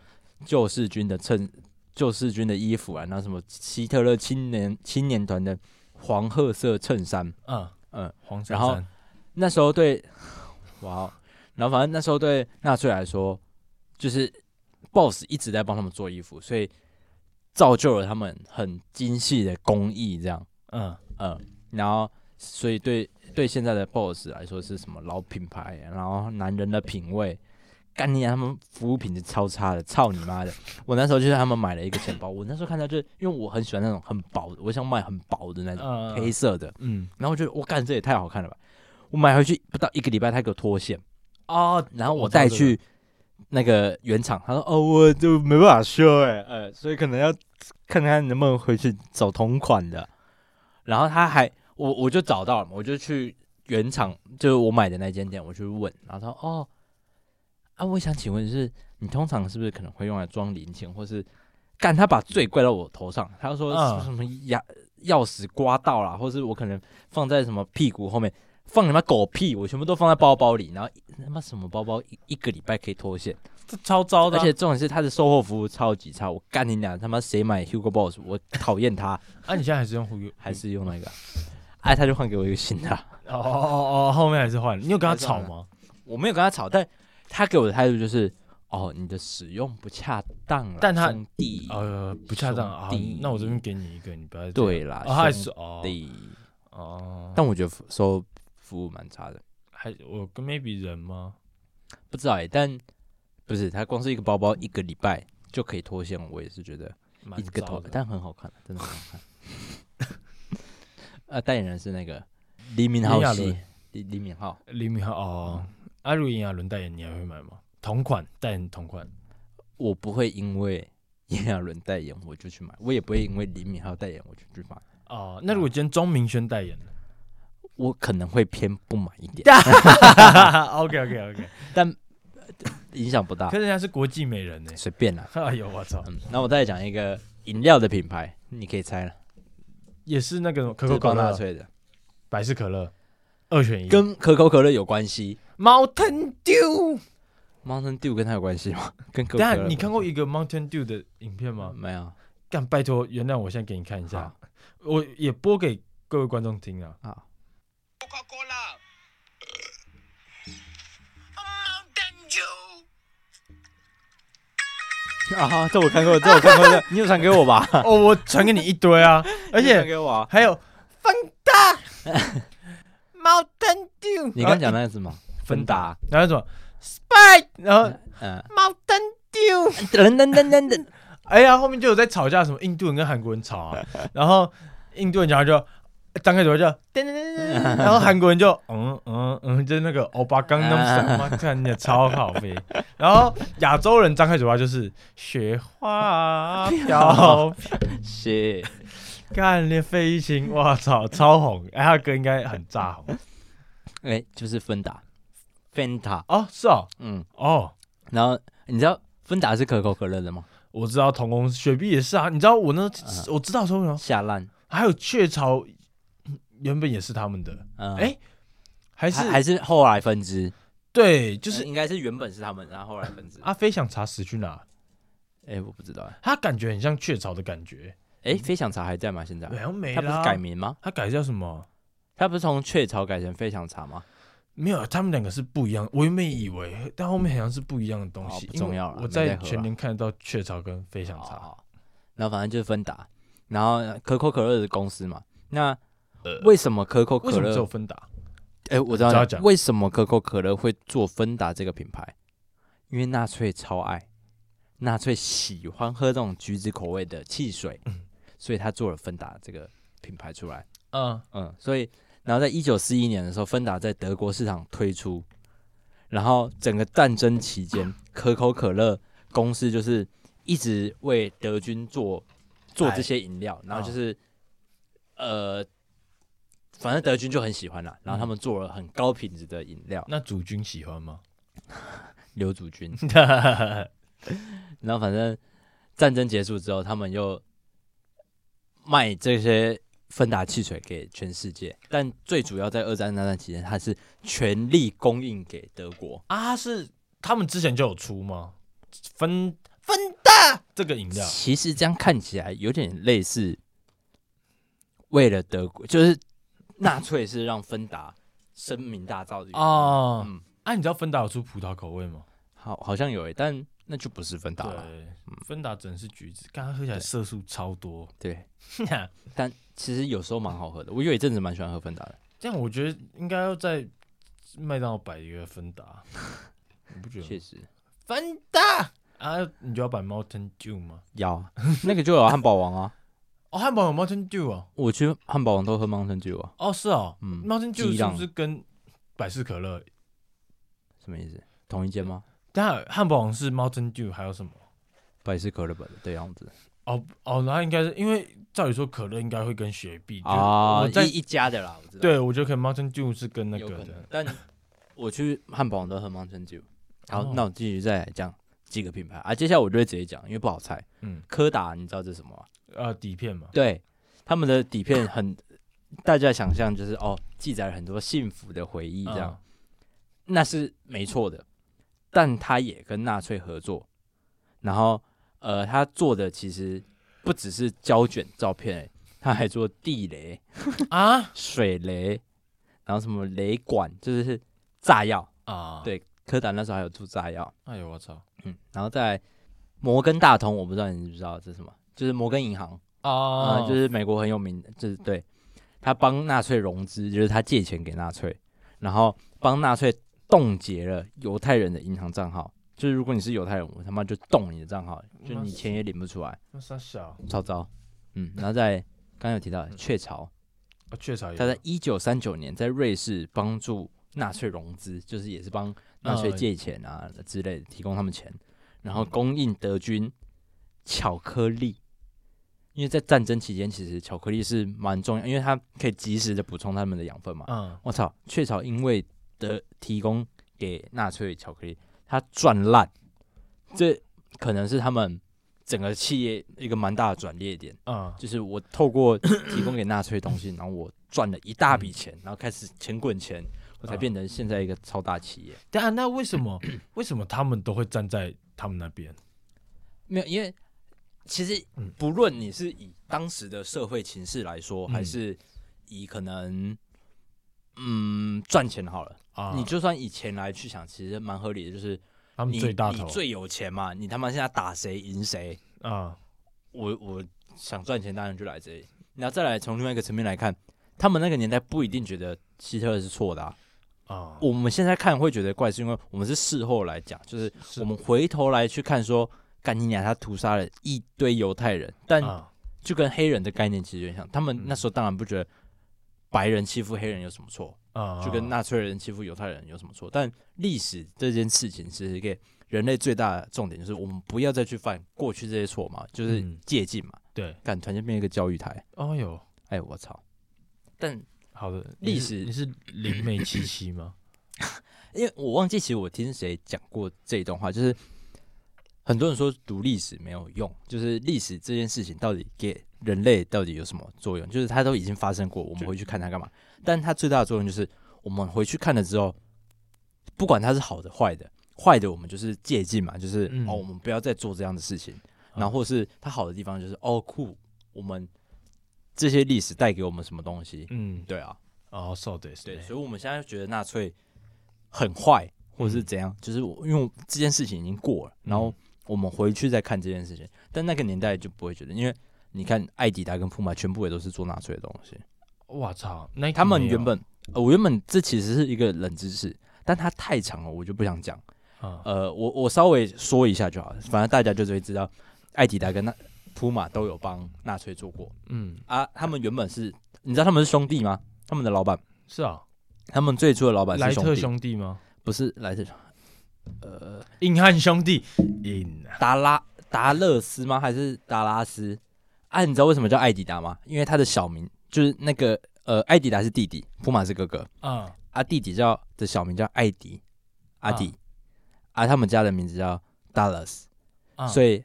A: 救世军的衬、救世军的衣服啊，然后什么希特勒青年青年团的黄褐色衬衫，
B: 嗯
A: 嗯，
B: 黄珊
A: 然后
B: 珊
A: 那时候对， [LAUGHS] 哇哦，然后反正那时候对纳粹来说，就是 BOSS 一直在帮他们做衣服，所以造就了他们很精细的工艺，这样，
B: 嗯
A: 嗯，然后所以对对现在的 BOSS 来说是什么老品牌，然后男人的品味。干你、啊！他们服务品质超差的，操你妈的！我那时候就是他们买了一个钱包，我那时候看到就是因为我很喜欢那种很薄的，我想买很薄的那种
B: 嗯
A: 黑色的，
B: 嗯，
A: 然后我觉得我干这也太好看了吧！我买回去不到一个礼拜，他给我脱线，
B: 哦，
A: 然后我
B: 我知道
A: 带
B: 这个
A: 去那个原厂，他说哦，我就没办法修哎、呃，所以可能要看看能不能回去找同款的。然后他还我我就找到了嘛，我就去原厂，就是我买的那间店，我去问，然后他说哦，啊，我想请问是你通常是不是可能会用来装零钱，或是干他把罪怪到我头上，他就说
B: 嗯
A: 什么牙钥匙刮到啦，或是我可能放在什么屁股后面，放你妈狗屁，我全部都放在包包里，然后一他妈什么包包一一个礼拜可以脱线，
B: 这超糟的
A: 而
B: 啊，
A: 且重点是他的售后服务超级差，我干你俩他妈谁买 Hugo Boss，我讨厌他，
B: 啊，你现在还是用 Hugo，
A: 还是用那
B: [LAUGHS]
A: 个，哎，他就换给我一个新的啊、
B: 哦哦哦哦，后面还是换了，你有跟他吵吗？
A: 我没有跟他吵，但他给我的态度就是，哦，你的使用不恰当啦，
B: 但他
A: 兄弟，
B: 呃，不恰当啊
A: 兄弟，
B: 那我这边给你一个，你不要再这样
A: 对啦，
B: 哦，他还是
A: 兄
B: 哦
A: 弟，
B: 哦，
A: 但我觉得服售后服务蛮差的，
B: 还我跟 maybe 人吗？
A: 不知道哎、但不是他光是一个包包一个礼拜就可以脱线，我也是觉得。
B: 蛮
A: 一个
B: 糟
A: 头，
B: 的，
A: 但很好看，真的很好看。 [LAUGHS] 呃，代言人是那个李敏
B: 炎亚
A: 镐
B: 纶
A: 系，李李敏镐，
B: 李敏镐哦，
A: 嗯
B: 阿如炎亚纶代言，你还会买吗？同款代言同款，
A: 我不会因为炎亚纶代言我就去买，我也不会因为李敏镐代言我就去买，
B: 哦，那
A: 啊
B: 如果今天钟明轩代言
A: [LAUGHS]
B: 呢
A: 我可能会偏不买一 [LAUGHS] 点，
B: ？OK OK OK，
A: 但影响不大
B: 可，是人家是国际美人呢。 [LAUGHS]
A: 随便啦。
B: 哎呦我操，
A: 嗯，那我再讲一个饮料的品牌，你可以猜了，
B: 也是那个可
A: 就是
B: 口可
A: 帮纳
B: 乐、
A: 粹的，
B: 百事可乐，二选一。
A: 跟可口可乐有关系。
B: Mountain Dew，
A: Mountain Dew 跟它有关系吗？ [LAUGHS] 跟可口
B: 等一
A: 可
B: 下
A: 乐有嗯
B: 你看过
A: 关系
B: 一个 Mountain Dew 的影片吗
A: 吗？？没有。
B: 干，拜托原谅我，现在给你看一下，我也播给各位观众听啊。
A: 好，好
C: Coca-Cola. Mountain Dew.
A: [LAUGHS] 啊，这我看过，这我看过，这 [LAUGHS] 你有传给我吧？
B: 哦，我传给你一堆啊， [LAUGHS] 而
A: 你有传
B: 且
A: 给我啊，
B: 还有芬达、Mountain Dew，
A: 你刚讲那个是什么？
B: 芬
A: [LAUGHS] 芬达，
B: 然后什么 Sprite，然后
A: 嗯，
B: Mountain Dew，
A: 等等等等 [LAUGHS] 等，
B: 哎呀，后面就有在吵架，什么印度人跟韩国人吵啊，然后印度人讲话就。张开嘴巴就噔噔噔噔，然后韩国人就嗯嗯嗯，就是那个欧巴刚那么什么，看你也超好呗。然后亚洲人张开嘴巴就是雪花飘
A: 是
B: 干练费玉清，我操，超红！哎，他歌应该很炸红
A: 哎，就是芬达，Fanta，
B: 哦，是哦，
A: 嗯，
B: 哦，
A: 然后你知道芬达是可口可乐的吗？
B: 我知道童工
A: 哦
B: 雪碧也是啊，你知道我那、我知道说什么？
A: 下烂，
B: 还有雀巢原本也是他们的，
A: 嗯，
B: 哎、
A: 还
B: 还是
A: 还是后来分支，
B: 对，就
A: 就是应该是原本是他们，然后后来分支。
B: 阿飞想查死去哪，
A: [LAUGHS] 哎，我不知道哎，
B: 他感觉很像雀巢的感觉，
A: 哎，飞翔茶还在吗？现在
B: 好像没
A: 他不
B: 啦
A: 是改，名吗？
B: 他改叫什么？
A: 他不是从雀巢改成飞翔茶吗？
B: 没有，他们两个是不一样。我原本以为，但后面好像是不一样的东西。
A: 哦不
B: 因为
A: 重要了
B: 我
A: 没
B: 在
A: 在喝哦
B: 全
A: 了
B: 年看得到雀巢跟飞翔茶。
A: 好，然后反正就是芬达，然后呃可口可乐的公司嘛。那为什么可口
B: 呃为
A: 可
B: 什么只有
A: 乐？
B: 芬达？
A: 哎，我知道
B: 只要
A: 了
B: 讲
A: 为什么可口可乐会做芬达这个品牌，因为纳粹超爱，纳粹喜欢喝这种橘子口味的汽水，所以他做了芬达这个品牌出来。
B: 嗯，
A: 嗯，所以然后在一九四一年的时候，芬达在德国市场推出，然后整个战争期间，可口可乐公司就是一直为德军做做这些饮料，然后就是、呃，反正德军就很喜欢啦，然后他们做了很高品质的饮料，
B: 那主君喜欢吗？
A: 刘祖军， [LAUGHS] 然后反正战争结束之后，他们又卖这些芬达汽水给全世界，但最主要在二战那段期间，它是全力供应给德国。
B: 啊，是他们之前就有出吗？芬芬达这个饮料
A: 其实这样看起来有点类似，为了德国，就是纳粹是让芬达声名大噪的原因。
B: 哦。
A: 嗯，
B: 啊，你知道芬达有出葡萄口味吗？
A: 好，好像有诶、但那就不是芬达了。
B: 对，芬达整是橘子，刚刚喝起来色素超 [LAUGHS] 多。
A: 对，但其实有时候蛮好喝的，我有一阵子蛮喜欢喝芬达的。
B: 这样我觉得应该要在麦当劳摆一个芬
A: [LAUGHS]
B: 达，你不觉得吗
A: 确？实，
B: 芬达啊，你就要摆 Mountain Dew 吗？
A: 要 [LAUGHS] 啊那个就有汉堡王啊，
B: 哦，汉堡有 Mountain Dew 哦，
A: 我去汉堡王都喝 Mountain Dew 啊，
B: 哦是哦、
A: 嗯
B: m o u n t a i n
A: 激
B: Dew 是
A: 浪
B: 不是跟百事可乐？
A: 什么意思？同一间吗？
B: 但汉堡王是 Mountain Dew，还有什么？
A: 百事可乐本的样子
B: 哦哦，那应该是因为照理说可乐应该会跟雪碧就是
A: 啊，
B: 我在
A: 一一家的啦，我知道，
B: 对我觉得可能 Mountain Dew 是跟那
A: 有
B: 个
A: 可能
B: 的，
A: 但我去汉堡王都喝 Mountain Dew。好
B: 哦，
A: 那我继续再来讲几个品牌啊，接下来我就会直接讲，因为不好猜。
B: 嗯
A: 柯达，你知道这是什么吗？
B: 呃底片嘛，
A: 对，他们的底片很，大家想象就是哦，记载了很多幸福的回忆这样。那是没错的，但他也跟纳粹合作，然后呃，他做的其实不只是胶卷照片、欸，他还做地雷、
B: 嗯啊
A: 水雷，然后什么雷管，就是炸药。
B: 啊，
A: 对柯达那时候还有做炸药，
B: 哎呦我操
A: 嗯，然后再来摩根大通，我不知道你知不知道这是什么，就是摩根银行啊、
B: 啊，
A: 就是美国很有名的，就是对他帮纳粹融资，就是他借钱给纳粹，然后帮纳粹冻结了犹太人的银行账号。就是如果你是犹太人，我他妈就冻你的账号，就你钱也领不出来，
B: 那傻小啊
A: 超糟。嗯，然后在刚刚有提到雀巢，
B: 啊雀巢也
A: 他在
B: 有
A: 一九三九年在瑞士帮助纳粹融资，就是也是帮纳粹借钱啊之类的，提供他们钱，然后供应德军巧克力，因为在战争期间，其实巧克力是蛮重要，因为它可以及时的补充他们的养分嘛。
B: 嗯
A: 我操，雀巢因为的提供给纳粹巧克力，它赚烂，这可能是他们整个企业一个蛮大的转捩点。
B: 嗯
A: 就是我透过提供给纳粹的东西，然后我赚了一大笔钱，然后开始钱滚钱，我
B: 嗯
A: 才变成现在一个超大企业。
B: 但啊那为什么为什么他们都会站在他们那边？
A: 没有，因为其实不论你是以当时的社会情势来说，
B: 嗯
A: 还是以可能嗯赚钱好了，
B: 啊，
A: 你就算以钱来去想，其实蛮合理的，就是
B: 他们
A: 你
B: 最大头
A: 你最有钱嘛，你他妈现在打谁赢谁，
B: 啊，
A: 我我想赚钱，当然就来这里。然后再来从另外一个层面来看，他们那个年代不一定觉得希特勒是错的啊。
B: 啊，
A: 我们现在看会觉得怪，是因为我们是事后来讲，就是
B: 是
A: 我们回头来去看说，干你娘，他屠杀了一堆犹太人，但
B: 啊
A: 就跟黑人的概念其实有点像。他们
B: 嗯
A: 那时候当然不觉得白人欺负黑人有什么错，
B: 啊，
A: 就跟纳粹人欺负犹太人有什么错。但历史这件事情其实给人类最大的重点就是，我们不要再去犯过去这些错嘛，就是
B: 嗯
A: 借鉴嘛。
B: 对，
A: 干，突然间变一个教育台，
B: 哦哟，
A: 哎，我操！但
B: 好的，
A: 历
B: 你是
A: 史
B: 你是灵媒七七吗？
A: 因为我忘记，其实我听谁讲过这一段话，就是很多人说读历史没有用，就是历史这件事情到底给人类到底有什么作用，就是它都已经发生过，我们回去看它干嘛？但它最大的作用就是我们回去看了之后，不管它是好的坏的，坏的我们就是借鉴嘛，就是、
B: 嗯
A: 哦，我们不要再做这样的事情。然后或是它好的地方就是哦酷，我们这些历史带给我们什么东西？
B: 嗯，
A: 对啊，
B: 哦，そうです
A: 对，
B: ね。
A: 所以我们现在觉得纳粹很坏，或者
B: 嗯
A: 是怎样，就是我因为这件事情已经过了，然后我们回去再看这件事情，但那个年代就不会觉得，因为你看艾迪达跟铺马全部也都是做纳粹的东西，
B: 我操，那
A: 他们原本、呃我原本这其实是一个冷知识，但它太长了，我就不想讲。
B: 啊，
A: 呃，我我稍微说一下就好了，反正大家就会知道，艾迪达跟那普马都有帮纳粹做过
B: 嗯，
A: 啊。他们原本是，你知道他们是兄弟吗？他们的老板，
B: 是啊，
A: 他们最初的老板
B: 莱
A: 是兄
B: 特
A: 弟，
B: 兄弟吗？
A: 不是莱特，
B: 硬汉兄弟，硬啊
A: 达拉达勒斯吗？还是达拉斯？啊，你知道为什么叫艾迪达吗？因为他的小名就是那个呃，艾迪达是弟弟，普马是哥哥，
B: 啊，
A: 啊，弟弟叫的小名叫艾迪，阿迪，啊，他们家的名字叫 Dallas，、
B: 啊
A: 所以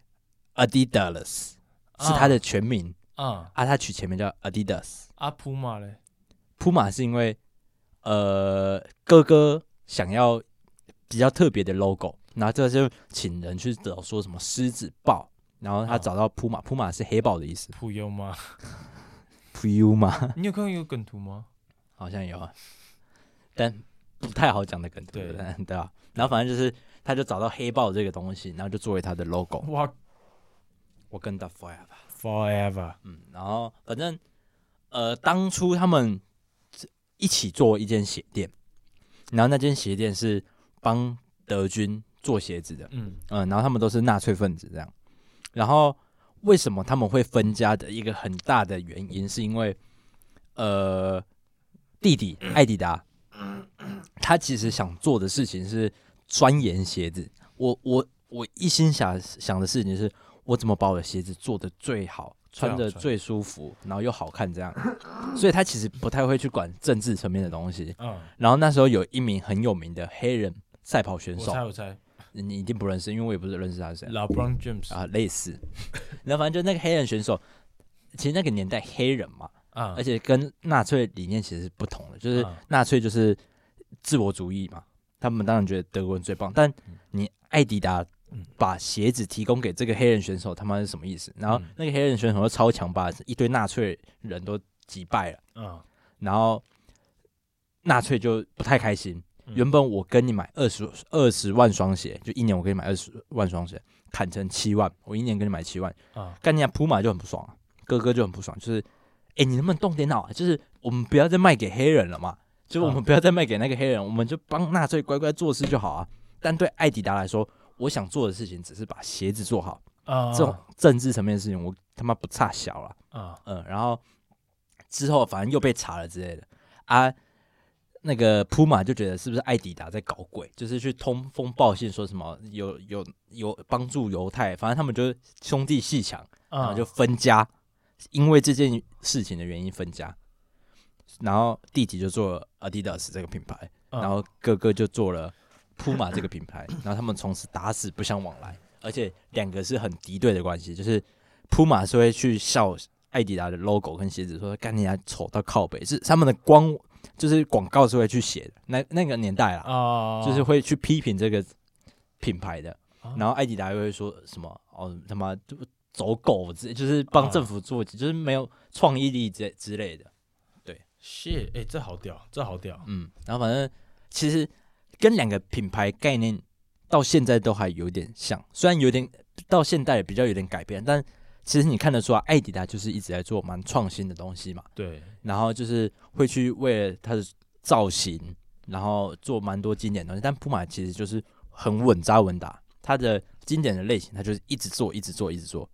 A: Adidas 是他的全名。
B: 啊
A: 啊，他取前面叫 Adidas。
B: 阿普马嘞，
A: 普马是因为呃哥哥想要比较特别的 logo，然后这就请人去找说什么狮子豹，然后他
B: 啊
A: 找到普马，普马是黑豹的意思
B: 普悠吗？ [LAUGHS]
A: ，Puma
B: 你有看过有梗图吗？
A: 好像有啊，但不太好讲的梗，对
B: 对
A: 不对？对啊，然后反正就是他就找到黑豹这个东西，然后就作为他的 logo，
B: 哇
A: 我跟 The Fire 吧，
B: ，Forever，
A: 嗯，然后反正呃当初他们一起做一间鞋店，然后那间鞋店是帮德军做鞋子的，
B: 嗯
A: 嗯，然后他们都是纳粹分子这样。然后为什么他们会分家的一个很大的原因，是因为呃，弟弟艾迪达，他其实想做的事情是钻研鞋子。我我我一心想想的事情是，我怎么把我的鞋子做的最好，穿
B: 最
A: 的
B: 好穿
A: 最舒服，然后又好看这样。所以他其实不太会去管政治层面的东西。
B: 嗯，
A: 然后那时候有一名很有名的黑人赛跑选
B: 我
A: 手
B: 猜，我猜
A: 你一定不认识，因为我也不是认识他是谁。
B: ，LeBron James
A: 啊，类似。 [LAUGHS] 然后反正就那个黑人选手，其实那个年代黑人嘛，
B: 啊
A: 而，且跟纳粹理念其实是不同的，就是
B: 啊
A: 纳粹就是自我主义嘛，他们当然觉得德国人最棒，但你艾迪达
B: 嗯
A: 把鞋子提供给这个黑人选手，他妈是什么意思？然后
B: 嗯
A: 那个黑人选手又超强，把一堆纳粹人都击败了，
B: 嗯
A: 然后纳粹就不太开心。
B: 嗯
A: 原本我跟你买二十二十万双鞋，就一年我给你买二十万双鞋，砍成七万，我一年给你买七万，
B: 啊，
A: 干你普马就很不爽、啊，哥哥就很不爽，就是，哎、你能不能动点脑、啊？就是我们不要再卖给黑人了嘛，就是我们
B: 嗯
A: 不要再卖给那个黑人，我们就帮纳粹乖乖做事就好啊。但对艾迪达来说，我想做的事情只是把鞋子做好，
B: 啊，
A: 这种政治层面的事情我他妈不差小了。
B: 啊，
A: 嗯，然后之后反正又被查了之类的啊。那个普马就觉得是不是艾迪达在搞鬼，就是去通风报信说什么有有有帮助犹太，反正他们就是兄弟戏强，然后
B: 啊
A: 就分家，因为这件事情的原因分家。然后弟弟就做了 Adidas 这个品牌，
B: 嗯
A: 然后哥哥就做了 Puma 这个品牌，然后他们从此打死不相往来，而且两个是很敌对的关系，就是 Puma 是会去笑艾迪达的 logo 跟鞋子，说干你家啊丑到靠北，是他们的光就是广告是会去写的，那那个年代啦，
B: 啊，
A: 就是会去批评这个品牌的
B: 啊。
A: 然后艾迪达又会说什么哦他妈就走狗之类，就是帮政府做，就是没有创意力之之类的。
B: shit，哎，这好屌，这好屌，
A: 嗯，然后反正其实跟两个品牌概念到现在都还有点像，虽然有点到现代比较有点改变，但其实你看得出来，艾迪达就是一直在做蛮创新的东西嘛。
B: 对，
A: 然后就是会去为了它的造型，然后做蛮多经典的东西。但普马其实就是很稳扎稳打，它的经典的类型，它就是一直做，一直做，一直做，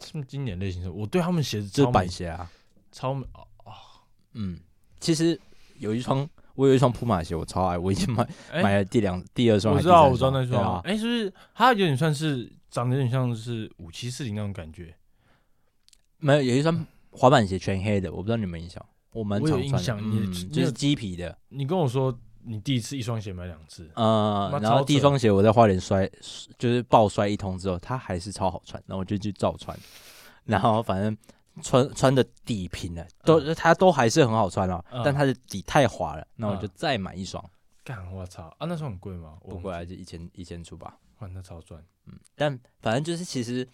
B: 什么经典类型的？我对他们鞋子
A: 就
B: 超
A: 是
B: 美
A: 板，鞋啊。
B: 超美哦，
A: 嗯，其实有一双，我有一双普马鞋，我超爱，我已经买、
B: 哎
A: 买了第两第二双
B: 我
A: 还
B: 知
A: 是第三，
B: 道，我知道那
A: 对
B: 双
A: 啊，，
B: 哎，是不是它有点算是长得有点像是五七四零那种感觉？
A: 没有有一双滑板鞋全黑的，我不知道你们印象，我蛮
B: 我
A: 常
B: 有
A: 穿的，
B: 印象你
A: 嗯
B: 你
A: 就是
B: 有
A: 鸡皮的，
B: 你跟我说你第一次一双鞋买两次，
A: 呃
B: 妈，
A: 然后
B: 超
A: 第一
B: 扯
A: 双鞋我在花莲摔，
B: 嗯
A: 就是爆摔一通之后，它还是超好穿，然后我就去照穿，然后反正穿穿的底平了，都它都还是很好穿哦，
B: 嗯
A: 但它的底太滑了，那我就
B: 嗯
A: 再买一双，
B: 干，我操啊！那时候很贵吗？我
A: 不啊过来就一千一千出吧。
B: 哇，那超赚，
A: 但反正就是其实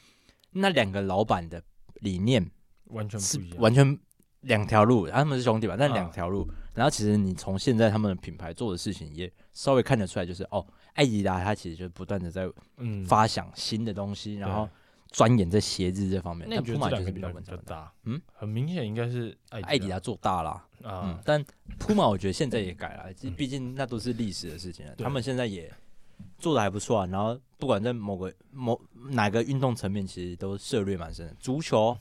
A: 那两个老板的理念
B: 完全
A: 是
B: 不一样。
A: 完全两条路，他们是兄弟吧？但
B: 嗯
A: 两条路。然后其实你从现在他们的品牌做的事情也稍微看得出来，就是哦，艾迪达它其实就不断的在
B: 嗯，
A: 发想新的东西，然后钻研在鞋子这方面。
B: 那
A: 但
B: 你觉
A: 普
B: 得
A: 马
B: 这
A: 就是
B: 两个
A: 比
B: 比
A: 较
B: 较
A: 稳
B: 比较
A: 当的，
B: 大？
A: 嗯，
B: 很明显应该是
A: 艾
B: 艾
A: 迪
B: 迪
A: 达做大啦。嗯
B: 达啊，，嗯
A: 但普马我觉得现在也改了，这毕竟那都是历史的事情了。啊
B: 对
A: 他们现在也做的还不错啊，然后不管在某个某哪个运动层面，其实都涉略蛮深的。足球，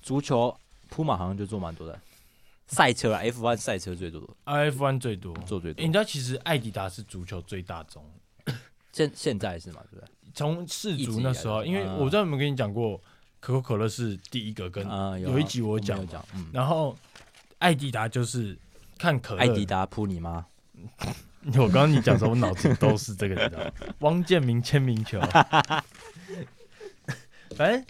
A: 足球，普马好像就做蛮多的。赛车啊，F 1赛车最多，
B: F one 最多。
A: 做最
B: 欸
A: 多。
B: 你知道其实艾迪达是足球最大宗，
A: 现现在是嘛，对不对？
B: 从世
A: 一直
B: 足
A: 以
B: 那
A: 来
B: 时候，
A: 都是
B: 因为
A: 嗯
B: 我不知道有没有跟你讲过，可口可乐是第一个跟
A: 啊，
B: 有一集我
A: 讲
B: 讲，
A: 讲，嗯，
B: 然后艾迪达就是看可乐。
A: 艾迪达扑你妈，
B: [LAUGHS] 我刚刚你讲的时候，我脑子都是这个，你知道吗？汪建民签名
A: [LAUGHS]
B: 球，反正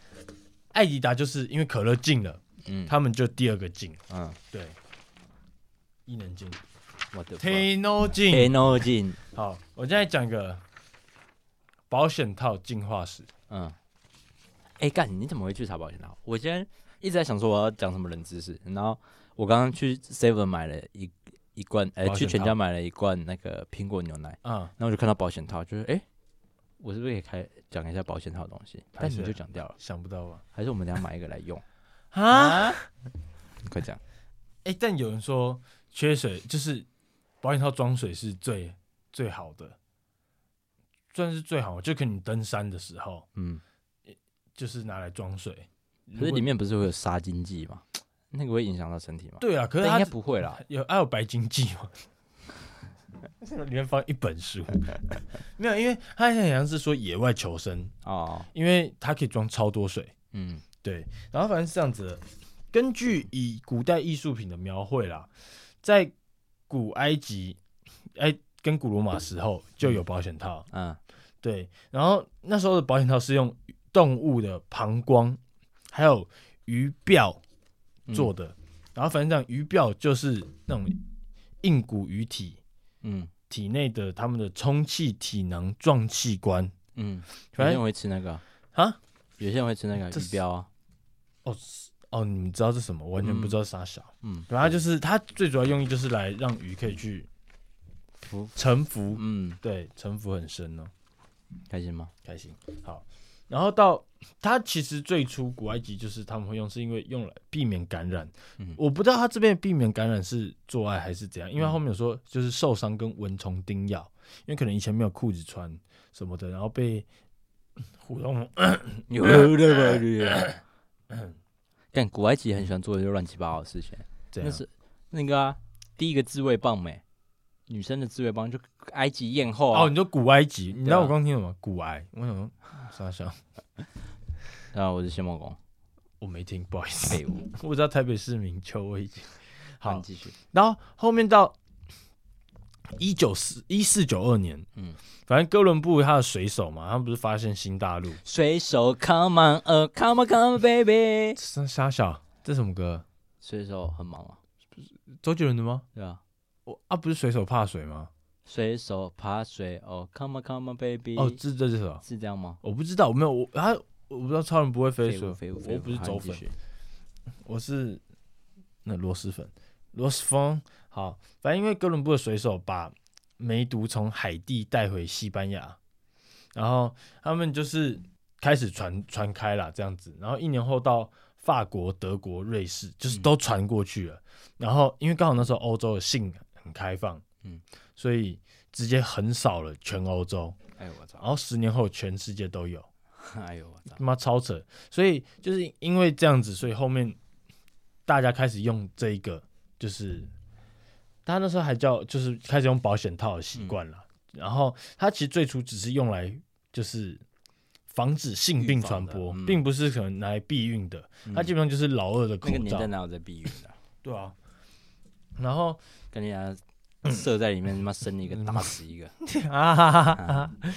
B: 艾迪达就是因为可乐进了，
A: 嗯，
B: 他们就第二个进，
A: 嗯，
B: 对，伊能静
A: 我的
B: ，Tino 进。
A: Teno 进，
B: 好，我现在讲个保险套进化史，
A: 嗯，哎、干，你怎么会去查保险套？我今天一直在想说我要讲什么冷知识，然后我刚刚去 Seven 买了一一罐，哎、
B: 保
A: 去
B: 险
A: 全
B: 套
A: 家买了一罐那个苹果牛奶，
B: 嗯，
A: 然后我就看到保险套，就是哎、我是不是也开讲一下保险套的东西？但
B: 是
A: 你就讲掉了，
B: 想不到吧？
A: 还是我们俩买一个来
B: [LAUGHS]
A: 用？
B: 啊，哎、
A: 你快讲，
B: 但有人说缺水就是保险套装水是最最好的，算是最好，就可能你登山的时候
A: 嗯，
B: 就是拿来装水。
A: 可
B: 如
A: 是
B: 果
A: 里面不是会有杀精剂吗？那个会影响到身体吗？
B: 对啊，可
A: 但
B: 是
A: 应
B: 它
A: 该不会啦。
B: 有还有白金记吗？为什么里面放一本
A: [LAUGHS]
B: 书？没有，因为它好像是说野外求生，
A: 哦，
B: 因为它可以装超多水。
A: 嗯，
B: 对，然后反正是这样子的。根据以古代艺术品的描绘啦，在古埃及，哎，跟古罗马时候就有保险套。
A: 嗯，
B: 对，然后那时候的保险套是用动物的膀胱还有鱼鳔
A: 嗯
B: 做，的。然后反正这样，鱼鳔就是那种硬骨鱼体
A: 嗯
B: 体内的他们的充气体能状器官。
A: 嗯，有些
B: 反
A: 人
B: 正
A: 会吃那个，
B: 啊，
A: 有些人会吃那个
B: 这
A: 鱼
B: 是
A: 标啊，
B: 哦是哦，你们知道这是什么？我完全不知道啥小。
A: 嗯。
B: 然后就是它最主要用意就是来让鱼可以去
A: 服
B: 沉浮，
A: 嗯，
B: 对，沉浮很深哦，
A: 开心吗？
B: 开心。好，然后到它其实最初古埃及就是他们会用，是因为用来避免感染。
A: 嗯
B: 我不知道它这边避免感染是做爱还是怎样，因为它
A: 嗯
B: 后面有说就是受伤跟蚊虫叮咬，因为可能以前没有裤子穿什么的，然后被
A: 嗯
B: 虎动。
A: 有的吧？ [COUGHS] 但古埃及很喜欢做一些乱七八糟的事情，
B: 这
A: 那
B: 样
A: 是那个啊，第一个自慰棒没，女生的自慰棒就埃及艳后
B: 哦，
A: 啊
B: 你，说古埃及，你知
A: 对啊
B: 道我刚听什么？古埃，我想说傻笑，
A: 啊，我是谢梦工，
B: 我没听，不好意思。
A: 废物，
B: 哎我知道台北市民邱我已经
A: 好，
B: 好
A: 你，继续，
B: 然后后面到一九四一四九二年，
A: 嗯
B: 嗯，反正哥伦布他的水手嘛，他们不是发现新大陆？
A: 水手，Come on，呃，Come on，Come on，baby，
B: 沙沙小这什么歌？
A: 水手很忙啊，
B: 周杰伦的吗？
A: 对啊，
B: 我啊，不是水手怕水吗？
A: 水手爬水哦，Come on，Come on，baby，
B: 哦，这这这首
A: 是这样吗？
B: 我不知道，我没有我他我不知道超人不会飞，
A: 废
B: 所
A: 物，
B: 以
A: 废物，
B: 我
A: 废
B: 又
A: 物，
B: 不是
A: 好
B: 走，
A: 你
B: 粉
A: 继，续
B: 我是那螺蛳粉，螺蛳风。好，反正因为哥伦布的水手把梅毒从海地带回西班牙，然后他们就是开始传传开了这样子，然后一年后到法国、德国、瑞士，就是都传过去了。然后因为刚好那时候欧洲的性很开放，
A: 嗯
B: 嗯，所以直接横扫了全欧洲，
A: 哎呦我操
B: 然，后十年后全世界都有。
A: [LAUGHS] 哎呦我操，
B: 他妈超扯。所以就是因为这样子，所以后面大家开始用这一个，就是他那时候还叫就是开始用保险套的
A: 嗯
B: 习惯了。然后他其实最初只是用来就是防止性病传
A: 预
B: 播
A: 防的，嗯
B: 并不是可能拿来避孕的。
A: 嗯
B: 他基本上就是老二的口
A: 那个年
B: 罩，
A: 代哪有在避孕的啊？
B: 对啊。然后
A: 跟人 [LAUGHS] 家射在里面，他妈生一个打死一个，
B: 啊哈哈哈哈，
A: 嗯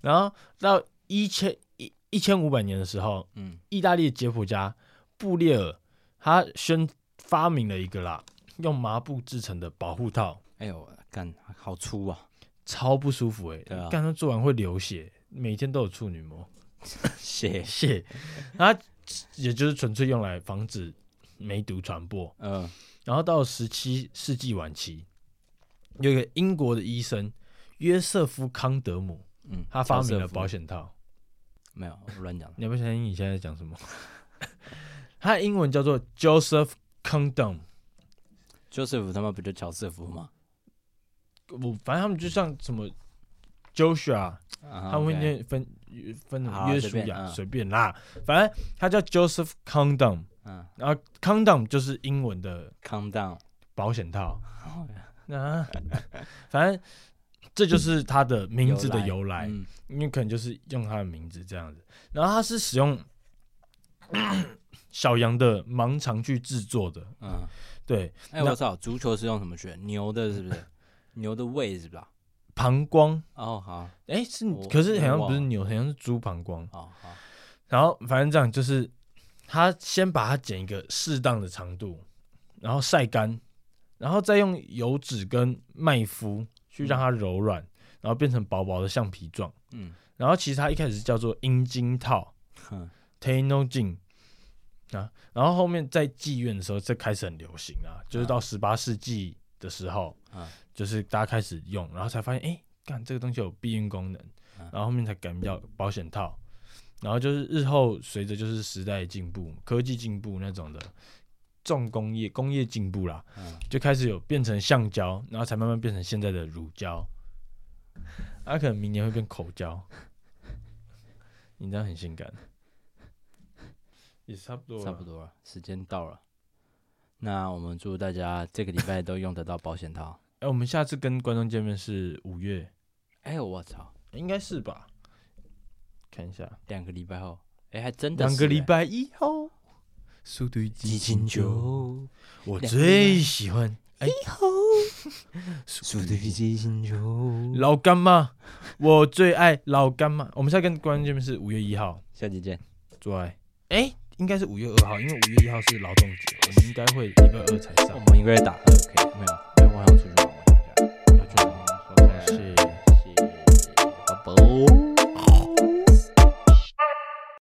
B: 然后到一千一一千五百年的时候，
A: 嗯
B: 意大利的柬埔寨布列尔他宣发明了一个啦，用麻布制成的保护套，
A: 哎呦，干好粗啊！ [LAUGHS]
B: 超不舒服哎、
A: 对啊
B: 干他做完会流血，每天都有处
A: [LAUGHS]
B: 女膜，
A: 血，
B: 血，他也就是纯粹用来防止梅毒传播。
A: 嗯
B: 然后到十七世纪晚期，有一个英国的医生约瑟夫康德姆，
A: 嗯，
B: 他发明了
A: 保
B: 保
A: 险。
B: 险套。
A: 没有，我乱讲的。
B: 你要不要相信你现在在讲什么？ [LAUGHS] 他的英文叫做 Joseph Condom，
A: Joseph 他妈不就乔瑟夫吗？
B: 我反正他们就像什么 Joshua，
A: 他
B: 他们会念分分什
A: 啊好
B: 么
A: 啊
B: 约
A: 随
B: 书
A: 便
B: 亚，
A: 嗯
B: 随便啦，反正他叫 Joseph Condom，
A: 嗯
B: 然后 Condom 就是英文的
A: calm down，
B: 保险套。 [LAUGHS] 啊，反正这就是他的名字的由来，
A: 嗯
B: 因为可能就是用他的名字这样子。然后他是使用 [COUGHS] 小羊的盲肠去制作的，
A: 嗯，
B: 对，
A: 哎，我操，足球是用什么学？牛的是不是？ [LAUGHS] 牛的胃是吧？
B: 膀胱。
A: 哦，好，
B: 哎，是
A: 我，
B: 可是好像
A: 我忘
B: 不
A: 了
B: 是牛，好像是猪膀胱。
A: 好好，
B: 然后反正这样就是，他先把它剪一个适当的长度，然后晒干，然后再用油脂跟麦麸去让它柔软，然后变成薄薄的橡皮状。
A: 嗯，
B: 然后其实它一开始叫做阴茎套
A: 哼
B: t a n o j i n 啊，然后后面在妓院的时候，这开始很流行啊，就是到十八世纪的时候，
A: 嗯
B: 就是大家开始用，然后才发现，哎，干这个东西有避孕功能
A: 嗯，
B: 然后后面才改名叫保险套，然后就是日后随着就是时代进步、科技进步那种的重工业工业进步啦，
A: 嗯
B: 就开始有变成橡胶，然后才慢慢变成现在的乳胶。啊，可能明年会变口胶。你这样很性感，也差不多，
A: 差不。多了，时间到了。那我们祝大家这个礼拜都用得到保险套。 [LAUGHS]
B: 哎、我们下次跟观众见面是五月，
A: 哎，我操，
B: 应该是吧？看一下，
A: 两个礼拜后，哎，还真的
B: 两个
A: 是
B: 礼
A: 哎
B: 拜以后，速度与激
A: 激情，球，
B: 我
A: 两个礼拜
B: 最喜欢。哎，
A: 速度与激情球，
B: 老干妈，我最爱老干妈。我们现在跟观众见面是五月一号。
A: 下期见。
B: 做爱。哎、应该是五月二号，因为五月一号是劳动节，我们应该会礼拜二才上
A: 我。们应该打二 K，没有，哎，我好想出去玩，我想一下。
B: 要去哪里？谢谢。
A: 谢谢，拜拜。